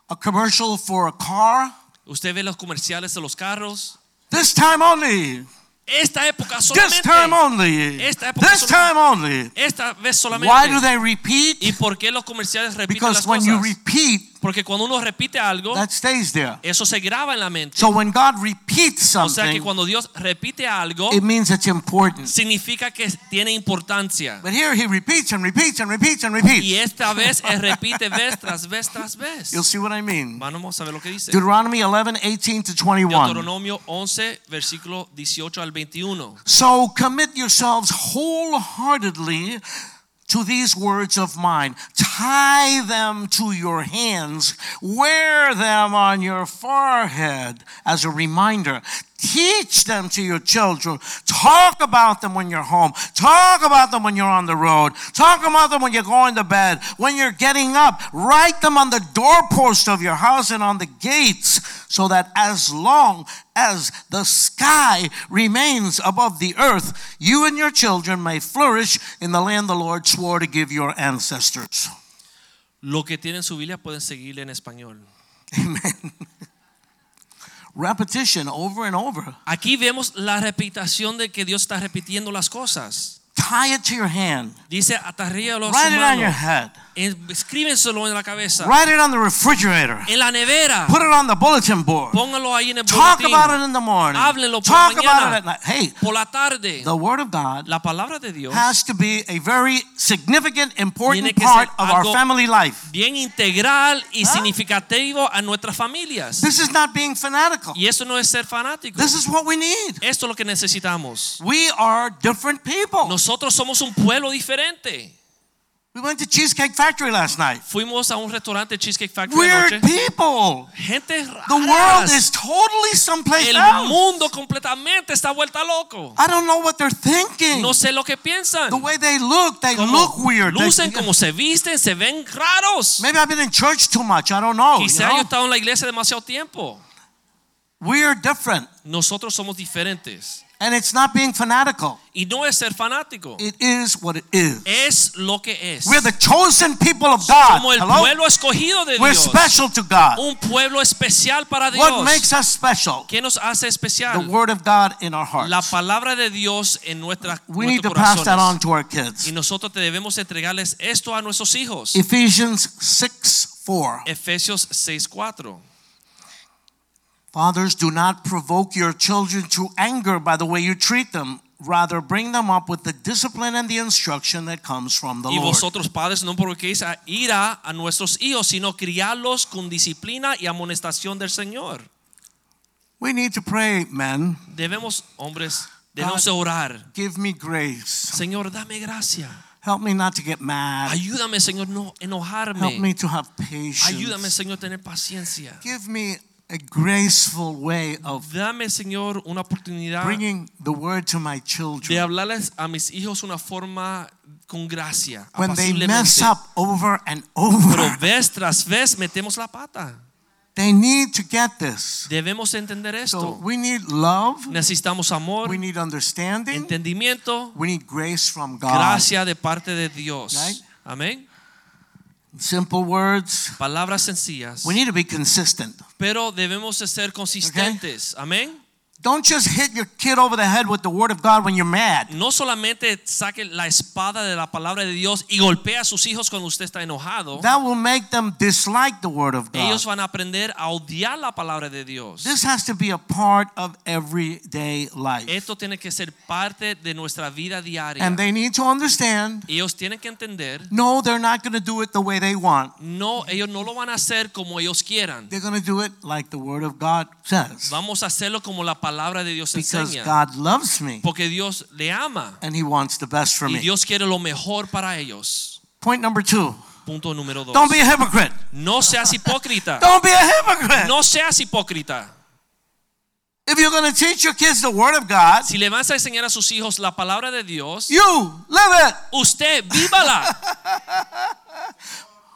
Speaker 1: a commercial for a car?
Speaker 2: Usted ve los comerciales de los carros
Speaker 1: This time only.
Speaker 2: Esta época
Speaker 1: This
Speaker 2: solamente.
Speaker 1: time only.
Speaker 2: Esta época
Speaker 1: This
Speaker 2: solamente.
Speaker 1: time only.
Speaker 2: Esta vez
Speaker 1: Why do
Speaker 2: solamente.
Speaker 1: they
Speaker 2: ¿Y
Speaker 1: repeat?
Speaker 2: por qué los comerciales repiten las
Speaker 1: Because when you
Speaker 2: cosas?
Speaker 1: repeat,
Speaker 2: Porque cuando uno repite algo,
Speaker 1: that stays there.
Speaker 2: eso se graba en la mente.
Speaker 1: So when God repeats
Speaker 2: O sea que
Speaker 1: something,
Speaker 2: cuando Dios repite algo,
Speaker 1: it means it's important.
Speaker 2: significa que tiene importancia.
Speaker 1: But here he repeats and repeats and repeats and repeats.
Speaker 2: Y esta vez él repite vez tras vez tras vez.
Speaker 1: You'll see what I mean.
Speaker 2: Vamos a ver lo que dice.
Speaker 1: Deuteronomy 11, 18 to 21.
Speaker 2: Deuteronomio 11, versículo 18 al 21.
Speaker 1: So commit yourselves wholeheartedly to these words of mine. Tie them to your hands, wear them on your forehead as a reminder. Teach them to your children. Talk about them when you're home. Talk about them when you're on the road. Talk about them when you're going to bed, when you're getting up. Write them on the doorpost of your house and on the gates, so that as long as the sky remains above the earth, you and your children may flourish in the land the Lord swore to give your ancestors.
Speaker 2: Lo que tienen su Biblia pueden seguirle en español.
Speaker 1: Amen. Repetition over and over.
Speaker 2: Aquí vemos la repitación de que Dios está repitiendo las cosas.
Speaker 1: Tie it to your hand.
Speaker 2: Dice atarríalo a
Speaker 1: Write
Speaker 2: su
Speaker 1: it on your
Speaker 2: mano.
Speaker 1: head.
Speaker 2: En- Escríbenselo en la cabeza.
Speaker 1: Write it on the refrigerator.
Speaker 2: En la nevera.
Speaker 1: Put it on the bulletin board.
Speaker 2: Póngalo ahí en el
Speaker 1: Talk
Speaker 2: boletín.
Speaker 1: about it in the morning.
Speaker 2: Háblenlo por
Speaker 1: Talk
Speaker 2: la
Speaker 1: about
Speaker 2: mañana.
Speaker 1: it at night. Hey,
Speaker 2: Por la tarde.
Speaker 1: the Word of God
Speaker 2: La palabra de Dios
Speaker 1: has to be a very significant,
Speaker 2: Tiene
Speaker 1: important
Speaker 2: que ser
Speaker 1: part of our
Speaker 2: algo-
Speaker 1: family life.
Speaker 2: bien integral y
Speaker 1: ¿Ah?
Speaker 2: significativo a nuestras familias.
Speaker 1: This is not being fanatical.
Speaker 2: Y eso no es ser fanático.
Speaker 1: This is what we need.
Speaker 2: Esto es lo que necesitamos.
Speaker 1: We are different people.
Speaker 2: Nosotros somos un pueblo diferente.
Speaker 1: We went to Cheesecake Factory last night.
Speaker 2: Fuimos a un restaurante Cheesecake Factory
Speaker 1: Weird
Speaker 2: anoche.
Speaker 1: people.
Speaker 2: Gente
Speaker 1: The world
Speaker 2: rara.
Speaker 1: is totally someplace
Speaker 2: El
Speaker 1: else.
Speaker 2: mundo completamente está vuelta loco.
Speaker 1: I don't know what they're thinking.
Speaker 2: No sé lo que piensan.
Speaker 1: The way they look, they
Speaker 2: Cómo
Speaker 1: look weird. They-
Speaker 2: Lucen como se visten, se ven raros.
Speaker 1: Maybe I've been in church too much. I don't know. you
Speaker 2: Quizá yo he
Speaker 1: know?
Speaker 2: estado en la iglesia demasiado tiempo.
Speaker 1: We are different.
Speaker 2: Nosotros somos diferentes.
Speaker 1: And it's not being fanatical.
Speaker 2: Y no es ser fanático.
Speaker 1: It is what it is.
Speaker 2: Es lo que es.
Speaker 1: We're the chosen people of God.
Speaker 2: Como el
Speaker 1: Hello?
Speaker 2: pueblo escogido de
Speaker 1: We're
Speaker 2: Dios.
Speaker 1: special to God.
Speaker 2: Un pueblo especial para Dios.
Speaker 1: What makes us special?
Speaker 2: ¿Qué nos hace
Speaker 1: The
Speaker 2: especial?
Speaker 1: Word of God in our
Speaker 2: La
Speaker 1: hearts.
Speaker 2: palabra de Dios en nuestras
Speaker 1: We need to
Speaker 2: nuestros
Speaker 1: pass that on
Speaker 2: corazones.
Speaker 1: to our
Speaker 2: Y
Speaker 1: kids.
Speaker 2: nosotros te debemos entregarles esto a nuestros hijos.
Speaker 1: Ephesians 6 4.
Speaker 2: Eh. Efesios 6:4.
Speaker 1: Fathers, do not provoke your children to anger by the way you treat them. Rather, bring them up with the discipline and the instruction that comes from the
Speaker 2: Y
Speaker 1: Lord.
Speaker 2: vosotros padres no provoquéis a ira a nuestros hijos, sino criarlos con disciplina y amonestación del Señor.
Speaker 1: We need to pray, men.
Speaker 2: Debemos, hombres, debemos orar.
Speaker 1: Give me grace.
Speaker 2: Señor, dame gracia.
Speaker 1: Help me not to get mad.
Speaker 2: Ayúdame, Señor, no
Speaker 1: Help me
Speaker 2: enojarme.
Speaker 1: to have patience.
Speaker 2: Ayúdame, Señor, tener paciencia.
Speaker 1: Give me a graceful way of
Speaker 2: Dame, Señor, una oportunidad
Speaker 1: bringing the word to my
Speaker 2: de
Speaker 1: children.
Speaker 2: hablarles a mis hijos una forma con gracia.
Speaker 1: When they mess
Speaker 2: apaciblemente.
Speaker 1: up over and over,
Speaker 2: Pero vez tras vez metemos la pata.
Speaker 1: they need to get this.
Speaker 2: Debemos entender
Speaker 1: So
Speaker 2: esto.
Speaker 1: we need love,
Speaker 2: Necesitamos amor,
Speaker 1: we need understanding,
Speaker 2: entendimiento,
Speaker 1: we need grace from God.
Speaker 2: gracia de parte de Dios.
Speaker 1: Right?
Speaker 2: Amén.
Speaker 1: Simple words.
Speaker 2: Palabras sencillas.
Speaker 1: We need to be consistent.
Speaker 2: Pero debemos de ser consistentes. Amén.
Speaker 1: Don't just hit your kid over the head with the word of God when you're mad.
Speaker 2: No solamente saque la espada de la palabra de Dios y golpea a sus hijos cuando usted está enojado.
Speaker 1: That will make them dislike the word of God.
Speaker 2: Ellos van a aprender a odiar la palabra de Dios.
Speaker 1: This has to be a part of everyday life.
Speaker 2: Esto tiene que ser parte de nuestra vida diaria.
Speaker 1: And they need to understand
Speaker 2: Ellos tienen que entender,
Speaker 1: no, they're not going to do it the way they want.
Speaker 2: no, ellos no lo van a hacer como ellos quieran.
Speaker 1: They're going to do it like the Word of God says.
Speaker 2: Vamos a hacerlo como la palabra de Dios
Speaker 1: Because
Speaker 2: enseña.
Speaker 1: God loves me
Speaker 2: Porque Dios le ama
Speaker 1: and He wants the best for
Speaker 2: y
Speaker 1: me.
Speaker 2: Dios quiere lo mejor para ellos.
Speaker 1: Point number two
Speaker 2: Punto número dos.
Speaker 1: don't be a hypocrite.
Speaker 2: No seas hipócrita.
Speaker 1: Don't be a hypocrite.
Speaker 2: No seas hipócrita.
Speaker 1: If you're going to teach your kids the Word of God,
Speaker 2: Si le vas a enseñar a sus hijos la palabra de Dios,
Speaker 1: you live it.
Speaker 2: usted vívala.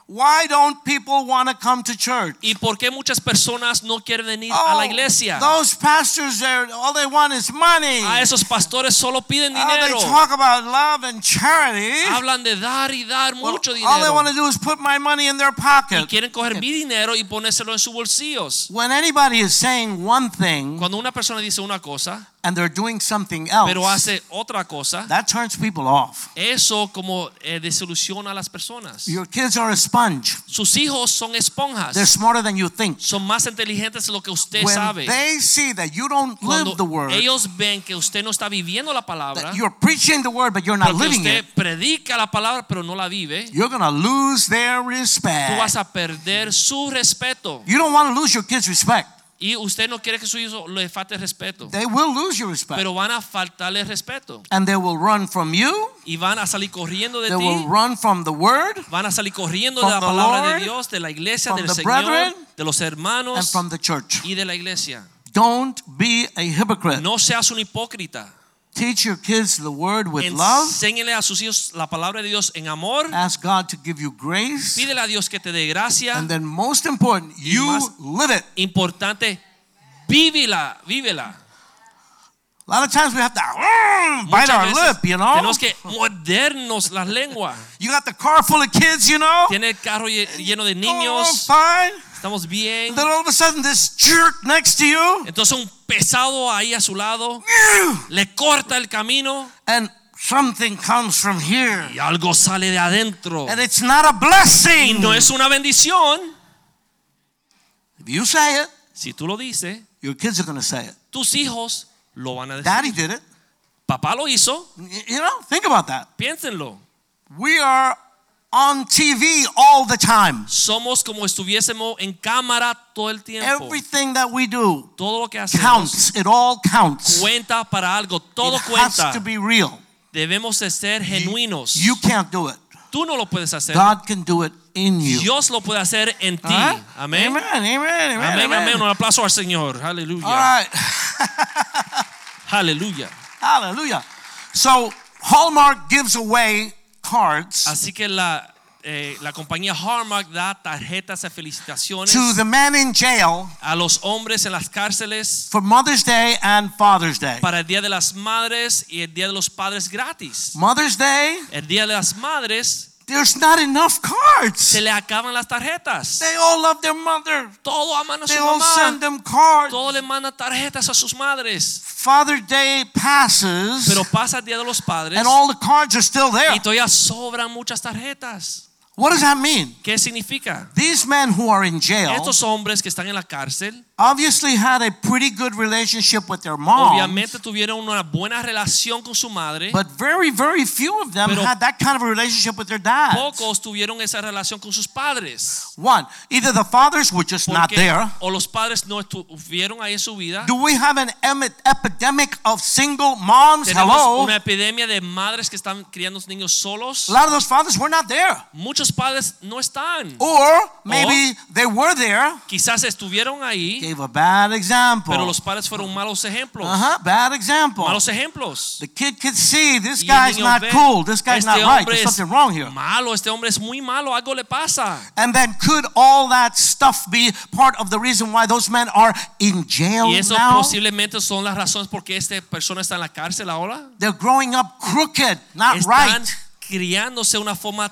Speaker 1: Why don't people want to come to church?
Speaker 2: ¿Y por qué muchas personas no quieren venir a
Speaker 1: Oh,
Speaker 2: la iglesia?
Speaker 1: Those pastors there, all they want is money.
Speaker 2: A esos pastores solo piden
Speaker 1: Oh,
Speaker 2: dinero.
Speaker 1: they talk about love and charity.
Speaker 2: Hablan de dar y dar
Speaker 1: Well,
Speaker 2: mucho
Speaker 1: All they want
Speaker 2: dinero.
Speaker 1: to do is put my money in their
Speaker 2: Y
Speaker 1: pocket.
Speaker 2: quieren coger mi dinero y ponérselo en sus bolsillos.
Speaker 1: When anybody is saying one thing
Speaker 2: Cuando una persona dice una cosa
Speaker 1: and they're doing something else,
Speaker 2: pero hace otra cosa.
Speaker 1: that turns people off.
Speaker 2: Eso como eh, desilusiona a las personas.
Speaker 1: Your kids are a sponge.
Speaker 2: Sus hijos son
Speaker 1: They're
Speaker 2: esponjas.
Speaker 1: smarter than you think.
Speaker 2: Son más inteligentes de lo que usted
Speaker 1: When
Speaker 2: sabe.
Speaker 1: they see that you don't live the
Speaker 2: Cuando
Speaker 1: word,
Speaker 2: ellos ven que usted no está viviendo la palabra,
Speaker 1: that you're preaching the word but you're not
Speaker 2: porque
Speaker 1: living
Speaker 2: usted
Speaker 1: it,
Speaker 2: predica la palabra pero no la vive,
Speaker 1: you're going to lose their
Speaker 2: tú vas
Speaker 1: respect.
Speaker 2: a perder su respeto
Speaker 1: You don't want to lose your kids' respect.
Speaker 2: y usted no quiere que su hijo le falte respeto,
Speaker 1: They will lose your respect.
Speaker 2: pero van a faltarle respeto
Speaker 1: and they will run from you.
Speaker 2: y van a salir corriendo de
Speaker 1: They will
Speaker 2: ti,
Speaker 1: run from the word
Speaker 2: van a salir corriendo de
Speaker 1: From
Speaker 2: la
Speaker 1: the
Speaker 2: palabra
Speaker 1: Lord,
Speaker 2: de Dios, de la iglesia,
Speaker 1: from
Speaker 2: del
Speaker 1: the
Speaker 2: Señor,
Speaker 1: brethren,
Speaker 2: de los
Speaker 1: and
Speaker 2: hermanos
Speaker 1: from the church.
Speaker 2: y de la iglesia.
Speaker 1: Don't be a hypocrite.
Speaker 2: No seas un hipócrita.
Speaker 1: Teach your kids the word with love.
Speaker 2: Enséñele a sus hijos la palabra de Dios en amor.
Speaker 1: Ask God to give you grace.
Speaker 2: Pídele a Dios que te dé gracia.
Speaker 1: And then, most important, you
Speaker 2: más-
Speaker 1: live it.
Speaker 2: importante, vívela, vívela.
Speaker 1: A lot of times we have to "Mm," bite
Speaker 2: Muchas
Speaker 1: our
Speaker 2: veces
Speaker 1: lip, you know.
Speaker 2: Tenemos que mordernos las lenguas.
Speaker 1: You got the car full of kids, you know.
Speaker 2: Tiene el carro lle- lleno de
Speaker 1: Going along
Speaker 2: niños,
Speaker 1: fine.
Speaker 2: estamos bien.
Speaker 1: And then all of a sudden, this jerk next to you, "Mm."
Speaker 2: Entonces un pesado ahí a su lado le corta el camino
Speaker 1: and something comes from here,
Speaker 2: y algo sale de adentro.
Speaker 1: and it's not a
Speaker 2: Y
Speaker 1: blessing.
Speaker 2: no es una bendición.
Speaker 1: If you say it,
Speaker 2: Si tú lo dices,
Speaker 1: your kids are going to say it.
Speaker 2: tus hijos lo van a decir.
Speaker 1: Daddy did it.
Speaker 2: Papá lo hizo,
Speaker 1: Y- You know, think about that.
Speaker 2: piénsenlo.
Speaker 1: We are on TV all the time.
Speaker 2: Somos como estuviésemos en cámara todo el tiempo.
Speaker 1: Everything that we do
Speaker 2: Todo lo que hacemos
Speaker 1: counts. It all counts.
Speaker 2: cuenta para algo, todo
Speaker 1: it
Speaker 2: cuenta.
Speaker 1: has to be real.
Speaker 2: Debemos de ser genuinos.
Speaker 1: You can't do it.
Speaker 2: Tú no lo puedes hacer.
Speaker 1: God can do it in you.
Speaker 2: Dios lo puede hacer en ti.
Speaker 1: Huh?
Speaker 2: Amén.
Speaker 1: Amen. Amen. Amen.
Speaker 2: Amén,
Speaker 1: amen.
Speaker 2: amén. Un aplauso al Señor. Aleluya.
Speaker 1: All right.
Speaker 2: Aleluya.
Speaker 1: Hallelujah. So Hallmark gives away cards
Speaker 2: Así que la, eh, la compañía Hallmark da tarjetas de felicitaciones
Speaker 1: to the men in jail
Speaker 2: a los hombres en las cárceles
Speaker 1: for Mother's Day and Father's Day.
Speaker 2: para el Día de las Madres y el Día de los Padres gratis.
Speaker 1: Mother's Day,
Speaker 2: El Día de las Madres
Speaker 1: there's not enough cards.
Speaker 2: se le acaban las tarjetas.
Speaker 1: They all love their mother.
Speaker 2: Todo aman a
Speaker 1: They
Speaker 2: su
Speaker 1: all
Speaker 2: mamá.
Speaker 1: send them cards.
Speaker 2: Todo le mandan tarjetas a sus madres.
Speaker 1: Father Day passes,
Speaker 2: Pero pasa el día de los padres
Speaker 1: and all the cards are still there.
Speaker 2: y todavía sobran muchas tarjetas.
Speaker 1: What does that mean?
Speaker 2: ¿Qué significa?
Speaker 1: These men who are in jail
Speaker 2: Estos hombres que están en la cárcel
Speaker 1: obviously had a pretty good relationship with their mom,
Speaker 2: obviamente tuvieron una buena relación con su madre.
Speaker 1: but very, very few of them
Speaker 2: Pero-
Speaker 1: had that kind of a relationship with their dad.
Speaker 2: Pocos tuvieron esa relación con sus padres.
Speaker 1: One, either the fathers were just not
Speaker 2: Porque
Speaker 1: there.
Speaker 2: o los padres no estuvieron ahí en su vida.
Speaker 1: Do we have an em- epidemic of single moms?
Speaker 2: Tenemos
Speaker 1: Hello?
Speaker 2: una epidemia de madres que están criando niños solos.
Speaker 1: A lot of those fathers were not there.
Speaker 2: Muchos padres no están.
Speaker 1: Or
Speaker 2: Oh.
Speaker 1: maybe they were there,
Speaker 2: Quizás estuvieron ahí,
Speaker 1: gave a bad example.
Speaker 2: pero los padres fueron malos ejemplos.
Speaker 1: Uh-huh, bad example.
Speaker 2: Malos ejemplos.
Speaker 1: The kid could see this
Speaker 2: Y el
Speaker 1: guy's
Speaker 2: niño
Speaker 1: not
Speaker 2: ve,
Speaker 1: cool. This guy's
Speaker 2: "Este
Speaker 1: not right.
Speaker 2: hombre
Speaker 1: There's
Speaker 2: es
Speaker 1: something wrong here.
Speaker 2: Malo, este hombre es muy malo, algo le pasa.
Speaker 1: And then could all that stuff be part of the reason why those men are in jail
Speaker 2: Y eso
Speaker 1: now?
Speaker 2: posiblemente son las razones por qué esta persona está en la cárcel ahora.
Speaker 1: They're growing up crooked, not
Speaker 2: Están
Speaker 1: right.
Speaker 2: criándose de una forma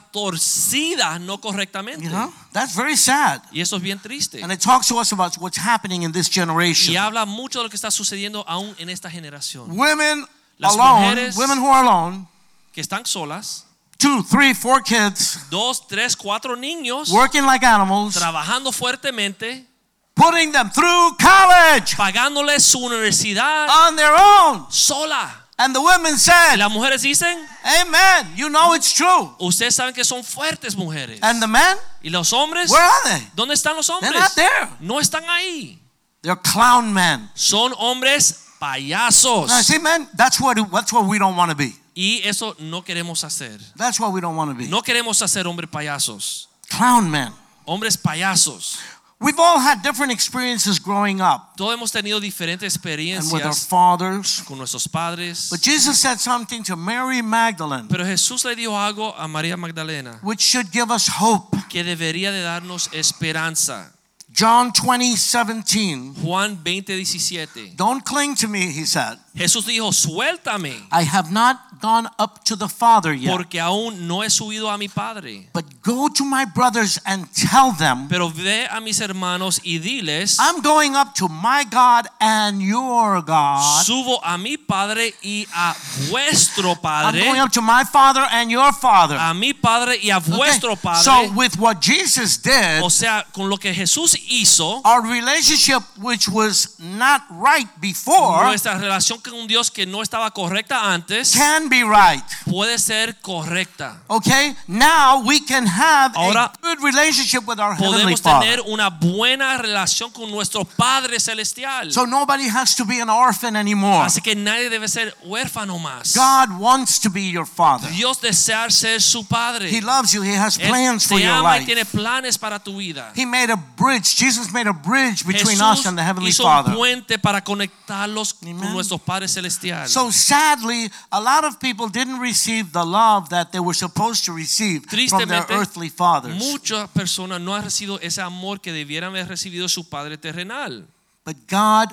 Speaker 2: torcida, no correctamente.
Speaker 1: You know, that's very sad.
Speaker 2: Y eso es bien triste.
Speaker 1: And it talks to us about what's happening in this generation.
Speaker 2: Y habla mucho de lo que está sucediendo aún en esta generación.
Speaker 1: Women
Speaker 2: Las
Speaker 1: alone,
Speaker 2: mujeres-
Speaker 1: women who are alone,
Speaker 2: Que están solas,
Speaker 1: two, three, four kids,
Speaker 2: dos, tres, cuatro niños,
Speaker 1: working like animals,
Speaker 2: trabajando fuertemente,
Speaker 1: putting them through college
Speaker 2: pagándoles su universidad
Speaker 1: on their own.
Speaker 2: sola.
Speaker 1: And the women
Speaker 2: Y
Speaker 1: said,
Speaker 2: las mujeres dicen,
Speaker 1: Amen. You know it's true.
Speaker 2: ustedes saben que son fuertes mujeres.
Speaker 1: And the men,
Speaker 2: Y los hombres,
Speaker 1: where are they?
Speaker 2: ¿dónde están los hombres?
Speaker 1: They're not there.
Speaker 2: No están ahí.
Speaker 1: They're clown men.
Speaker 2: Son hombres payasos.
Speaker 1: Now, see, men, that's what that's what we don't want to be.
Speaker 2: Y eso no queremos hacer.
Speaker 1: That's what we don't want to be.
Speaker 2: No queremos hacer hombres payasos.
Speaker 1: Clown men.
Speaker 2: Hombres payasos.
Speaker 1: We've all had different experiences growing up
Speaker 2: Todos hemos tenido diferentes
Speaker 1: and with our
Speaker 2: experiencias
Speaker 1: fathers.
Speaker 2: con nuestros padres.
Speaker 1: But Jesus said something to Mary Magdalene,
Speaker 2: Pero Jesús le dijo algo a María Magdalena
Speaker 1: which should give us hope.
Speaker 2: que debería de darnos esperanza.
Speaker 1: John 20, 17.
Speaker 2: Juan 20, 17.
Speaker 1: Don't cling to me, he said.
Speaker 2: Jesús dijo, suéltame,
Speaker 1: I have not gone up to the Father yet,
Speaker 2: porque aún no he subido a mi Padre.
Speaker 1: but Go to my brothers and tell them,
Speaker 2: Pero ve a mis hermanos y diles,
Speaker 1: I'm going up to my God and your God.
Speaker 2: subo a mi Padre y a vuestro
Speaker 1: I'm
Speaker 2: Padre,
Speaker 1: going up to my Father and your Father.
Speaker 2: a mi Padre y a
Speaker 1: Okay?
Speaker 2: vuestro Padre.
Speaker 1: So, with what Jesus did,
Speaker 2: O sea, con lo que Jesús hizo,
Speaker 1: our relationship, which was not right before,
Speaker 2: nuestra relación con un Dios que no estaba correcta antes
Speaker 1: can be right.
Speaker 2: puede ser correcta.
Speaker 1: Okay? Now we can have a
Speaker 2: Ahora
Speaker 1: good relationship with our Heavenly
Speaker 2: Podemos
Speaker 1: Father.
Speaker 2: tener una buena relación con nuestro Padre Celestial.
Speaker 1: So nobody has to be an orphan anymore.
Speaker 2: Así que nadie debe ser huérfano más.
Speaker 1: God wants to be your Father.
Speaker 2: Dios desea ser su Padre.
Speaker 1: He loves you. He has
Speaker 2: Él
Speaker 1: plans for
Speaker 2: te
Speaker 1: your
Speaker 2: ama y
Speaker 1: life.
Speaker 2: tiene planes para tu vida.
Speaker 1: He made a bridge. Jesus made a bridge between us
Speaker 2: Jesús
Speaker 1: and the Heavenly
Speaker 2: hizo
Speaker 1: Father.
Speaker 2: un puente para conectarlos
Speaker 1: Amen.
Speaker 2: con nuestros padres celestiales.
Speaker 1: So sadly, a lot of people didn't receive the love that they were supposed to receive from their
Speaker 2: Tristemente,
Speaker 1: earthly fathers.
Speaker 2: Muchas personas no han recibido ese amor que debieran haber recibido su padre terrenal.
Speaker 1: But God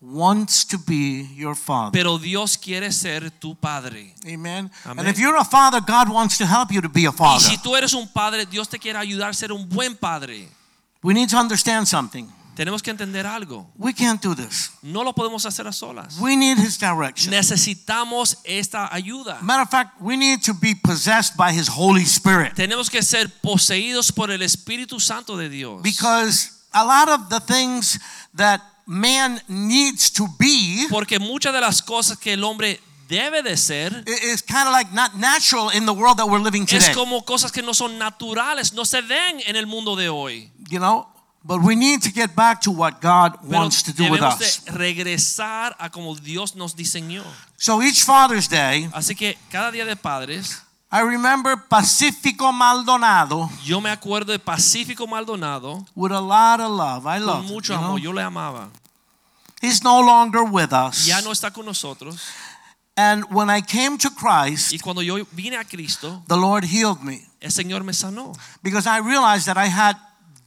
Speaker 1: wants to be your Father.
Speaker 2: Pero Dios quiere ser tu padre.
Speaker 1: Amen. And
Speaker 2: Amen.
Speaker 1: if you're a father, God wants to help you to be a
Speaker 2: Y
Speaker 1: father.
Speaker 2: si tú eres un padre, Dios te quiere ayudar a ser un buen padre.
Speaker 1: We need to understand something.
Speaker 2: Tenemos que entender algo.
Speaker 1: We can't do this.
Speaker 2: No lo podemos hacer a solas.
Speaker 1: We need His direction.
Speaker 2: Necesitamos esta ayuda.
Speaker 1: Matter of fact, we need to be possessed by His Holy Spirit.
Speaker 2: Tenemos que ser poseídos por el Espíritu Santo de Dios.
Speaker 1: Because a lot of the things that man needs to be
Speaker 2: Porque muchas de las cosas que el hombre debe de ser
Speaker 1: i- is kind of like not natural in the world that we're living
Speaker 2: es
Speaker 1: today.
Speaker 2: como cosas que no son naturales, no se ven en el mundo de hoy.
Speaker 1: You know? But we need to get back to what God
Speaker 2: Pero
Speaker 1: wants to do with
Speaker 2: debemos
Speaker 1: us.
Speaker 2: de regresar a como Dios nos diseñó.
Speaker 1: So each Father's Day,
Speaker 2: Así que cada día de padres,
Speaker 1: I remember Pacifico Maldonado
Speaker 2: yo me acuerdo de Pacífico Maldonado
Speaker 1: with a lot of love. I
Speaker 2: con
Speaker 1: love him.
Speaker 2: mucho
Speaker 1: you know?
Speaker 2: amor, yo le amaba.
Speaker 1: He's no longer with us.
Speaker 2: Ya no está con nosotros
Speaker 1: And when I came to Christ,
Speaker 2: y cuando yo vine a Cristo,
Speaker 1: the Lord healed me
Speaker 2: el Señor me sanó.
Speaker 1: because I realized that I had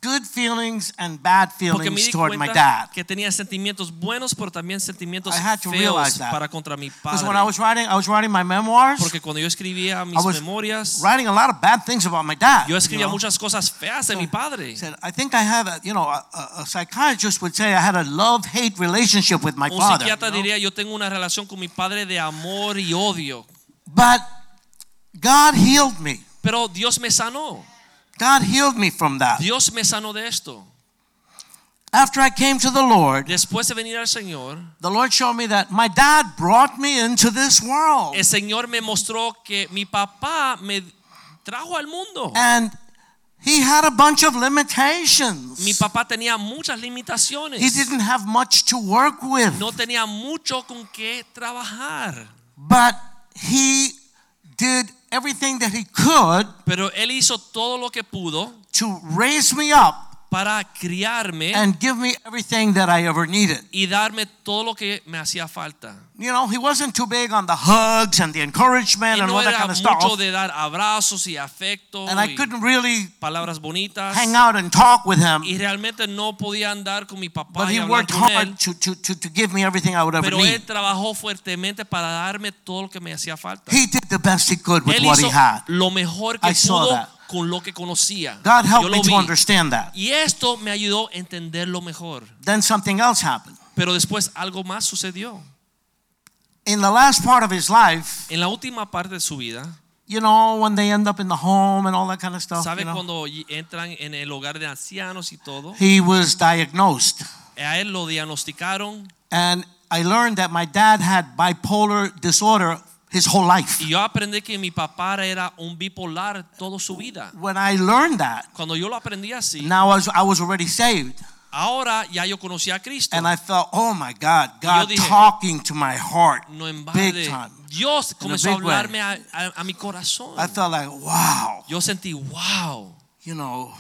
Speaker 1: good feelings and bad
Speaker 2: Porque me
Speaker 1: feelings
Speaker 2: di
Speaker 1: toward my
Speaker 2: cuenta
Speaker 1: dad.
Speaker 2: que tenía sentimientos buenos, pero también sentimientos
Speaker 1: I had to
Speaker 2: feos
Speaker 1: realize that.
Speaker 2: para contra mi
Speaker 1: Because when I
Speaker 2: padre.
Speaker 1: was writing, I was writing my memoirs,
Speaker 2: Porque cuando yo escribía mis
Speaker 1: I was
Speaker 2: memorias,
Speaker 1: writing a lot of bad things about my dad.
Speaker 2: yo escribía
Speaker 1: you know.
Speaker 2: muchas cosas feas de mi padre.
Speaker 1: Said, I think I have a, you know, a, a- a psychiatrist would say I had a love-hate relationship with my
Speaker 2: Un
Speaker 1: father.
Speaker 2: psiquiatra
Speaker 1: you know.
Speaker 2: diría, yo tengo una relación con mi padre de amor y odio.
Speaker 1: But God healed me.
Speaker 2: Pero Dios me sanó.
Speaker 1: God healed me from that.
Speaker 2: Dios me sanó de esto.
Speaker 1: After I came to the Lord,
Speaker 2: Después de venir al Señor,
Speaker 1: the Lord showed me that my dad brought me into this world.
Speaker 2: el Señor me mostró que mi papá me trajo al mundo.
Speaker 1: And he had a bunch of
Speaker 2: Mi
Speaker 1: limitations.
Speaker 2: papá tenía muchas
Speaker 1: He
Speaker 2: limitaciones.
Speaker 1: didn't have much to work with.
Speaker 2: No tenía mucho con qué trabajar.
Speaker 1: But he did everything that he could
Speaker 2: Pero él hizo todo lo que pudo
Speaker 1: to raise me up
Speaker 2: para criarme
Speaker 1: and give me everything that I ever needed.
Speaker 2: y darme todo lo que me hacía falta.
Speaker 1: You know, he wasn't too big on the hugs and the encouragement
Speaker 2: Y
Speaker 1: and
Speaker 2: no
Speaker 1: all that
Speaker 2: era
Speaker 1: kind of
Speaker 2: mucho
Speaker 1: stuff.
Speaker 2: de dar abrazos y afecto
Speaker 1: And I
Speaker 2: y
Speaker 1: couldn't really
Speaker 2: palabras bonitas.
Speaker 1: hang out and talk with him.
Speaker 2: Y realmente no podía andar con mi
Speaker 1: But
Speaker 2: papá y
Speaker 1: he
Speaker 2: hablar
Speaker 1: worked
Speaker 2: con él.
Speaker 1: hard to, to, to, to give me everything I would ever
Speaker 2: Pero él
Speaker 1: need.
Speaker 2: trabajó fuertemente para darme todo lo que me hacía falta.
Speaker 1: He did the best he could with
Speaker 2: él
Speaker 1: what he
Speaker 2: hizo
Speaker 1: had.
Speaker 2: lo mejor que
Speaker 1: I saw
Speaker 2: pudo
Speaker 1: that.
Speaker 2: con lo que conocía.
Speaker 1: God
Speaker 2: Yo
Speaker 1: helped
Speaker 2: lo
Speaker 1: me to
Speaker 2: vi.
Speaker 1: understand that.
Speaker 2: Y esto me ayudó a entenderlo mejor.
Speaker 1: Then something else happened.
Speaker 2: Pero después algo más sucedió.
Speaker 1: In the last part of his life,
Speaker 2: En la última parte de su vida,
Speaker 1: you know, when they end up in the home and all that kind of stuff,
Speaker 2: ¿sabe
Speaker 1: you know,
Speaker 2: cuando y- entran en el hogar de ancianos y todo?
Speaker 1: he was diagnosed.
Speaker 2: A él lo diagnosticaron
Speaker 1: And I learned that my dad had bipolar disorder his whole life.
Speaker 2: y yo aprendí que mi papá era un bipolar toda su vida.
Speaker 1: When I learned that,
Speaker 2: Cuando yo lo aprendí así,
Speaker 1: now I was, I was already saved.
Speaker 2: ahora ya yo conocí a Cristo.
Speaker 1: And I felt, oh my God, God
Speaker 2: dije,
Speaker 1: talking to my heart
Speaker 2: No en
Speaker 1: big
Speaker 2: balde,
Speaker 1: time.
Speaker 2: Dios comenzó a
Speaker 1: big way.
Speaker 2: hablarme a, a- a mi corazón.
Speaker 1: I felt like, wow,
Speaker 2: Yo sentí, wow,
Speaker 1: you know,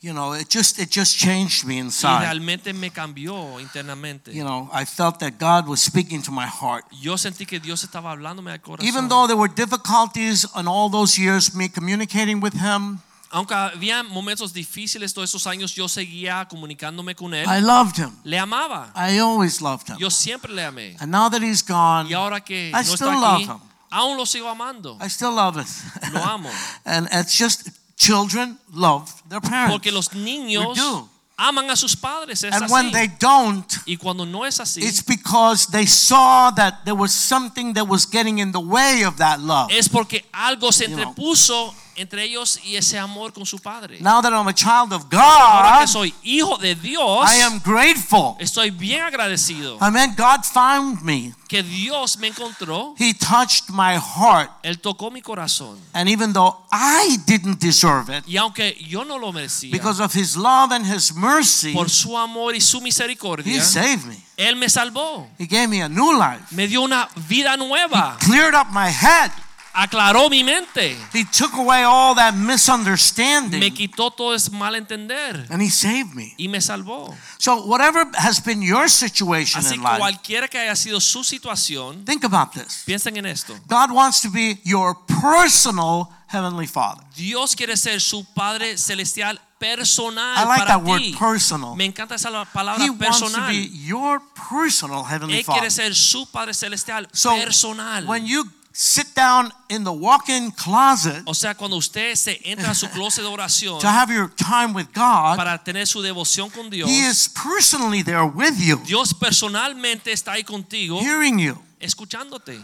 Speaker 1: you know, it just it just changed me
Speaker 2: y
Speaker 1: inside.
Speaker 2: realmente me cambió internamente.
Speaker 1: you know, I felt that God was speaking to my heart.
Speaker 2: Yo sentí que Dios estaba hablándome al corazón.
Speaker 1: Even though there were difficulties in all those years, me communicating with Him,
Speaker 2: Aunque había momentos difíciles todos esos años, yo seguía comunicándome con Él.
Speaker 1: I loved Him.
Speaker 2: le amaba.
Speaker 1: I always loved Him.
Speaker 2: Yo siempre le amé.
Speaker 1: And now that He's gone,
Speaker 2: Y ahora que
Speaker 1: I
Speaker 2: no
Speaker 1: still
Speaker 2: está aquí,
Speaker 1: love him.
Speaker 2: aún lo sigo amando.
Speaker 1: I still love
Speaker 2: Lo
Speaker 1: Him.
Speaker 2: amo.
Speaker 1: and it's just Children love their parents.
Speaker 2: Porque los niños
Speaker 1: We do.
Speaker 2: aman a sus padres. Es
Speaker 1: And when they
Speaker 2: así.
Speaker 1: don't,
Speaker 2: Y cuando no es así,
Speaker 1: it's because they saw that there was something that was getting in the way of that love.
Speaker 2: es porque algo se
Speaker 1: know.
Speaker 2: entrepuso entre ellos y ese amor con su padre.
Speaker 1: Now that I'm a child of
Speaker 2: Ahora
Speaker 1: God,
Speaker 2: que soy hijo de Dios,
Speaker 1: I am grateful.
Speaker 2: estoy bien agradecido
Speaker 1: I mean, God found me.
Speaker 2: que Dios me encontró.
Speaker 1: He touched my heart.
Speaker 2: Él tocó mi corazón.
Speaker 1: And even though I didn't deserve it,
Speaker 2: Y aunque yo no lo merecía,
Speaker 1: because of His love and His mercy,
Speaker 2: por su amor y su
Speaker 1: He
Speaker 2: misericordia,
Speaker 1: saved me.
Speaker 2: Él me salvó.
Speaker 1: He gave me a new life.
Speaker 2: Me dio una vida nueva.
Speaker 1: Cleared up my head.
Speaker 2: Aclaró mi mente.
Speaker 1: He took away all that misunderstanding.
Speaker 2: Me quitó todo ese mal entender.
Speaker 1: and He saved me.
Speaker 2: Y me salvó.
Speaker 1: So, whatever has been your situation
Speaker 2: Así
Speaker 1: in
Speaker 2: que
Speaker 1: life,
Speaker 2: cualquiera que haya sido su situación,
Speaker 1: think about this.
Speaker 2: piensen en esto.
Speaker 1: God wants to be your personal Heavenly Father.
Speaker 2: Dios quiere ser su Padre celestial personal
Speaker 1: I like
Speaker 2: para
Speaker 1: that word
Speaker 2: ti.
Speaker 1: personal.
Speaker 2: Me encanta esa la- palabra
Speaker 1: He wants to
Speaker 2: personal.
Speaker 1: be your personal Heavenly
Speaker 2: Él
Speaker 1: Father.
Speaker 2: quiere ser su Padre celestial
Speaker 1: So
Speaker 2: personal.
Speaker 1: when you sit down in the walk-in closet
Speaker 2: o sea, cuando usted se entra a su closet de oración
Speaker 1: to have your time with God,
Speaker 2: para tener su devoción con Dios,
Speaker 1: He is personally there with you,
Speaker 2: Dios personalmente está ahí contigo,
Speaker 1: hearing you.
Speaker 2: escuchándote.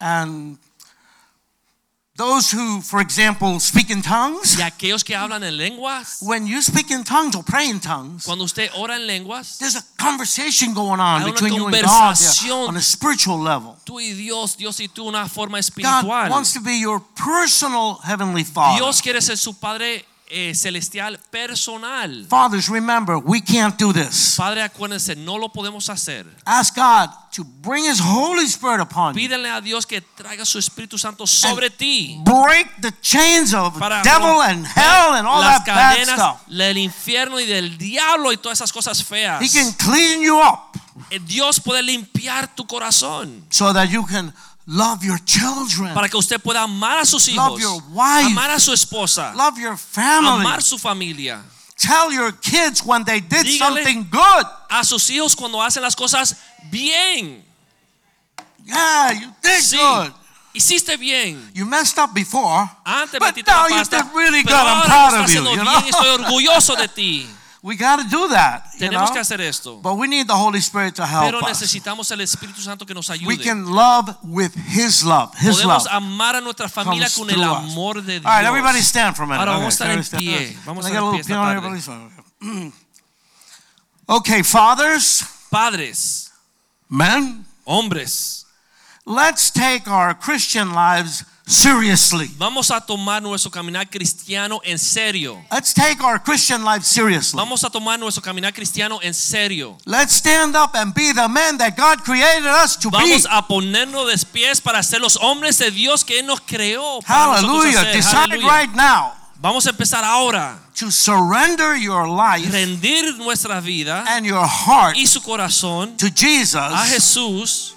Speaker 1: And those who, for example, speak in tongues,
Speaker 2: Y aquellos que hablan en lenguas,
Speaker 1: when you speak in tongues or pray in tongues,
Speaker 2: cuando usted ora en lenguas,
Speaker 1: there's a conversation going
Speaker 2: Hay
Speaker 1: on
Speaker 2: una
Speaker 1: between you and God yeah,
Speaker 2: conversación.
Speaker 1: on a spiritual level.
Speaker 2: tú y Dios, Dios y tú, una forma
Speaker 1: God
Speaker 2: espiritual.
Speaker 1: wants to be your personal heavenly father.
Speaker 2: Dios quiere ser su Padre eh, celestial personal.
Speaker 1: Fathers, remember, we can't do this.
Speaker 2: Padre, acuérdense, no lo podemos hacer.
Speaker 1: Ask God to bring His Holy Spirit upon you.
Speaker 2: Pídele a Dios que traiga su Espíritu Santo sobre ti.
Speaker 1: Break the chains of
Speaker 2: Para
Speaker 1: devil
Speaker 2: romper
Speaker 1: and hell and all that
Speaker 2: las
Speaker 1: bad
Speaker 2: cadenas
Speaker 1: stuff.
Speaker 2: del infierno y del diablo y todas esas cosas feas.
Speaker 1: He can clean you up
Speaker 2: Eh, Dios puede limpiar tu corazón
Speaker 1: so that you can love your children,
Speaker 2: para que usted pueda amar a sus hijos,
Speaker 1: Love your wife.
Speaker 2: amar a su esposa,
Speaker 1: love your family.
Speaker 2: amar su familia,
Speaker 1: Tell your kids when they did
Speaker 2: Dígale-
Speaker 1: something good.
Speaker 2: a sus hijos cuando hacen las cosas bien.
Speaker 1: Yeah, you did
Speaker 2: Sí,
Speaker 1: good.
Speaker 2: hiciste bien.
Speaker 1: You messed up before,
Speaker 2: Antes
Speaker 1: but
Speaker 2: metiste
Speaker 1: now
Speaker 2: la
Speaker 1: you
Speaker 2: pasta,
Speaker 1: did really good.
Speaker 2: pero
Speaker 1: I'm
Speaker 2: ahora
Speaker 1: proud
Speaker 2: lo
Speaker 1: of
Speaker 2: estás
Speaker 1: you.
Speaker 2: haciendo
Speaker 1: you
Speaker 2: bien y estoy
Speaker 1: know?
Speaker 2: orgulloso de ti.
Speaker 1: We got to do that. You
Speaker 2: Tenemos
Speaker 1: know?
Speaker 2: que hacer esto.
Speaker 1: But we need the Holy Spirit to help
Speaker 2: Pero
Speaker 1: us.
Speaker 2: necesitamos el Espíritu Santo que nos ayude.
Speaker 1: We can love with His love. His
Speaker 2: Podemos
Speaker 1: love.
Speaker 2: amar a nuestra familia
Speaker 1: comes
Speaker 2: con
Speaker 1: through
Speaker 2: el
Speaker 1: us.
Speaker 2: amor de Dios.
Speaker 1: All right, everybody stand for a minute. Okay,
Speaker 2: Ahora vamos a estar en
Speaker 1: stand-
Speaker 2: pie.
Speaker 1: stand.
Speaker 2: Vamos a
Speaker 1: Can I
Speaker 2: estar en pie
Speaker 1: get a
Speaker 2: esta
Speaker 1: little
Speaker 2: tarde.
Speaker 1: piano, everybody? Okay, fathers,
Speaker 2: Padres,
Speaker 1: men,
Speaker 2: hombres,
Speaker 1: let's take our Christian lives seriously.
Speaker 2: vamos a tomar nuestro caminar cristiano en serio.
Speaker 1: Let's take our Christian life seriously.
Speaker 2: Vamos a tomar nuestro caminar cristiano en serio.
Speaker 1: Let's stand up and be the men that God created us to be.
Speaker 2: Vamos a ponernos de pies para ser los hombres de Dios que Él nos creó. para nosotros
Speaker 1: Hallelujah.
Speaker 2: hacer.
Speaker 1: Decide
Speaker 2: Aleluya.
Speaker 1: right now
Speaker 2: Vamos a empezar ahora.
Speaker 1: to surrender your life
Speaker 2: Rendir nuestra vida
Speaker 1: and your heart
Speaker 2: y su corazón
Speaker 1: to
Speaker 2: a
Speaker 1: Jesus
Speaker 2: Jesús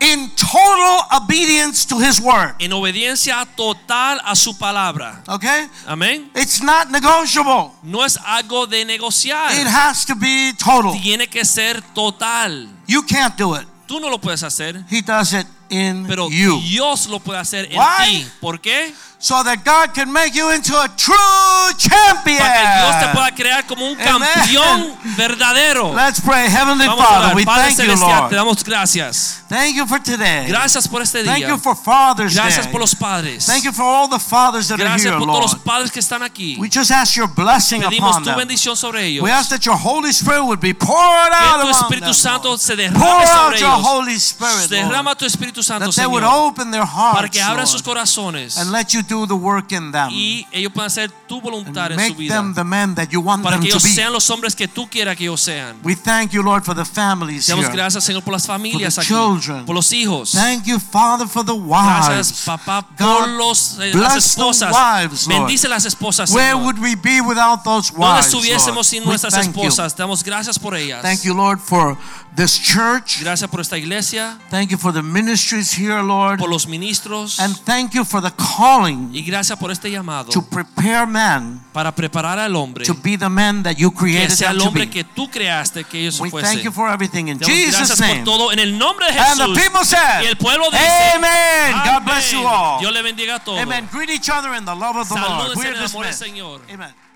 Speaker 1: in total obedience to his word.
Speaker 2: en obediencia total a su palabra.
Speaker 1: Okay?
Speaker 2: Amén.
Speaker 1: It's not negotiable.
Speaker 2: No es algo de negociar.
Speaker 1: It has to be total.
Speaker 2: Tiene que ser total.
Speaker 1: You can't do it.
Speaker 2: Tú no lo puedes hacer,
Speaker 1: He does it in
Speaker 2: pero
Speaker 1: you.
Speaker 2: Dios lo puede hacer en
Speaker 1: Why?
Speaker 2: ti. ¿Por qué?
Speaker 1: So that God can make you into a true champion.
Speaker 2: Para que Dios te pueda crear como un
Speaker 1: Amen.
Speaker 2: campeón verdadero.
Speaker 1: Let's pray. Heavenly
Speaker 2: Vamos a
Speaker 1: Father,
Speaker 2: orar.
Speaker 1: we
Speaker 2: Padre
Speaker 1: thank you,
Speaker 2: celestial,
Speaker 1: Lord.
Speaker 2: te damos gracias.
Speaker 1: Thank you for today.
Speaker 2: Gracias por este
Speaker 1: Thank you
Speaker 2: día.
Speaker 1: for Father's
Speaker 2: Gracias
Speaker 1: Day.
Speaker 2: por los padres.
Speaker 1: Thank you for all the fathers that are
Speaker 2: Gracias
Speaker 1: here,
Speaker 2: por
Speaker 1: Lord.
Speaker 2: todos los padres que están aquí.
Speaker 1: We just ask your blessing
Speaker 2: Pedimos
Speaker 1: upon
Speaker 2: tu
Speaker 1: them.
Speaker 2: bendición sobre ellos.
Speaker 1: We ask that your Holy Spirit would be poured out
Speaker 2: tu
Speaker 1: upon
Speaker 2: Espíritu
Speaker 1: them,
Speaker 2: Santo
Speaker 1: Lord.
Speaker 2: se derrame
Speaker 1: Pour
Speaker 2: sobre
Speaker 1: out your
Speaker 2: ellos.
Speaker 1: Holy Spirit, Lord.
Speaker 2: Derrama tu Espíritu Santo,
Speaker 1: that they would
Speaker 2: Señor,
Speaker 1: open their hearts
Speaker 2: para que abran sus
Speaker 1: Lord,
Speaker 2: corazones
Speaker 1: and let you do the work in them
Speaker 2: y ellos puedan hacer tu
Speaker 1: and
Speaker 2: voluntad en su
Speaker 1: make them
Speaker 2: vida,
Speaker 1: the men that you want
Speaker 2: para
Speaker 1: them
Speaker 2: que
Speaker 1: to
Speaker 2: ellos
Speaker 1: be.
Speaker 2: sean los hombres que tú quieras que ellos sean.
Speaker 1: We thank you, Lord, for the families
Speaker 2: Damos
Speaker 1: here.
Speaker 2: gracias, Señor, por las familias aquí,
Speaker 1: children.
Speaker 2: por los hijos.
Speaker 1: Thank you, Father, for the
Speaker 2: Gracias,
Speaker 1: wives.
Speaker 2: papá,
Speaker 1: God,
Speaker 2: por los, eh, las
Speaker 1: bless the
Speaker 2: esposas.
Speaker 1: wives, Lord.
Speaker 2: Bendice las esposas,
Speaker 1: Where
Speaker 2: Señor.
Speaker 1: would we be without those
Speaker 2: ¿Dónde
Speaker 1: wives? Lord?
Speaker 2: estuviésemos sin
Speaker 1: We
Speaker 2: nuestras
Speaker 1: thank you.
Speaker 2: esposas? Damos gracias por ellas.
Speaker 1: Thank you, Lord, for this church.
Speaker 2: Gracias por esta iglesia,
Speaker 1: Thank you for the ministries here, Lord.
Speaker 2: por los ministros
Speaker 1: And thank you for the calling calling
Speaker 2: Y gracias por este llamado
Speaker 1: to prepare men
Speaker 2: para preparar al hombre
Speaker 1: to be the men that you
Speaker 2: que
Speaker 1: created
Speaker 2: sea
Speaker 1: them
Speaker 2: el
Speaker 1: to
Speaker 2: hombre
Speaker 1: be.
Speaker 2: que tú creaste que ellos
Speaker 1: We thank you
Speaker 2: fuesen.
Speaker 1: for everything in
Speaker 2: Te damos
Speaker 1: Jesus'
Speaker 2: Gracias por
Speaker 1: name.
Speaker 2: todo en el nombre de
Speaker 1: And the
Speaker 2: Jesús.
Speaker 1: people said,
Speaker 2: Y el pueblo dice,
Speaker 1: Amen. God bless you
Speaker 2: "Amén".
Speaker 1: all.
Speaker 2: Dios le bendiga a todos.
Speaker 1: Amen. Greet each other in the love of the Lord.
Speaker 2: Salúdense
Speaker 1: We're
Speaker 2: en el amor del
Speaker 1: dismissed.
Speaker 2: Señor.
Speaker 1: Amen.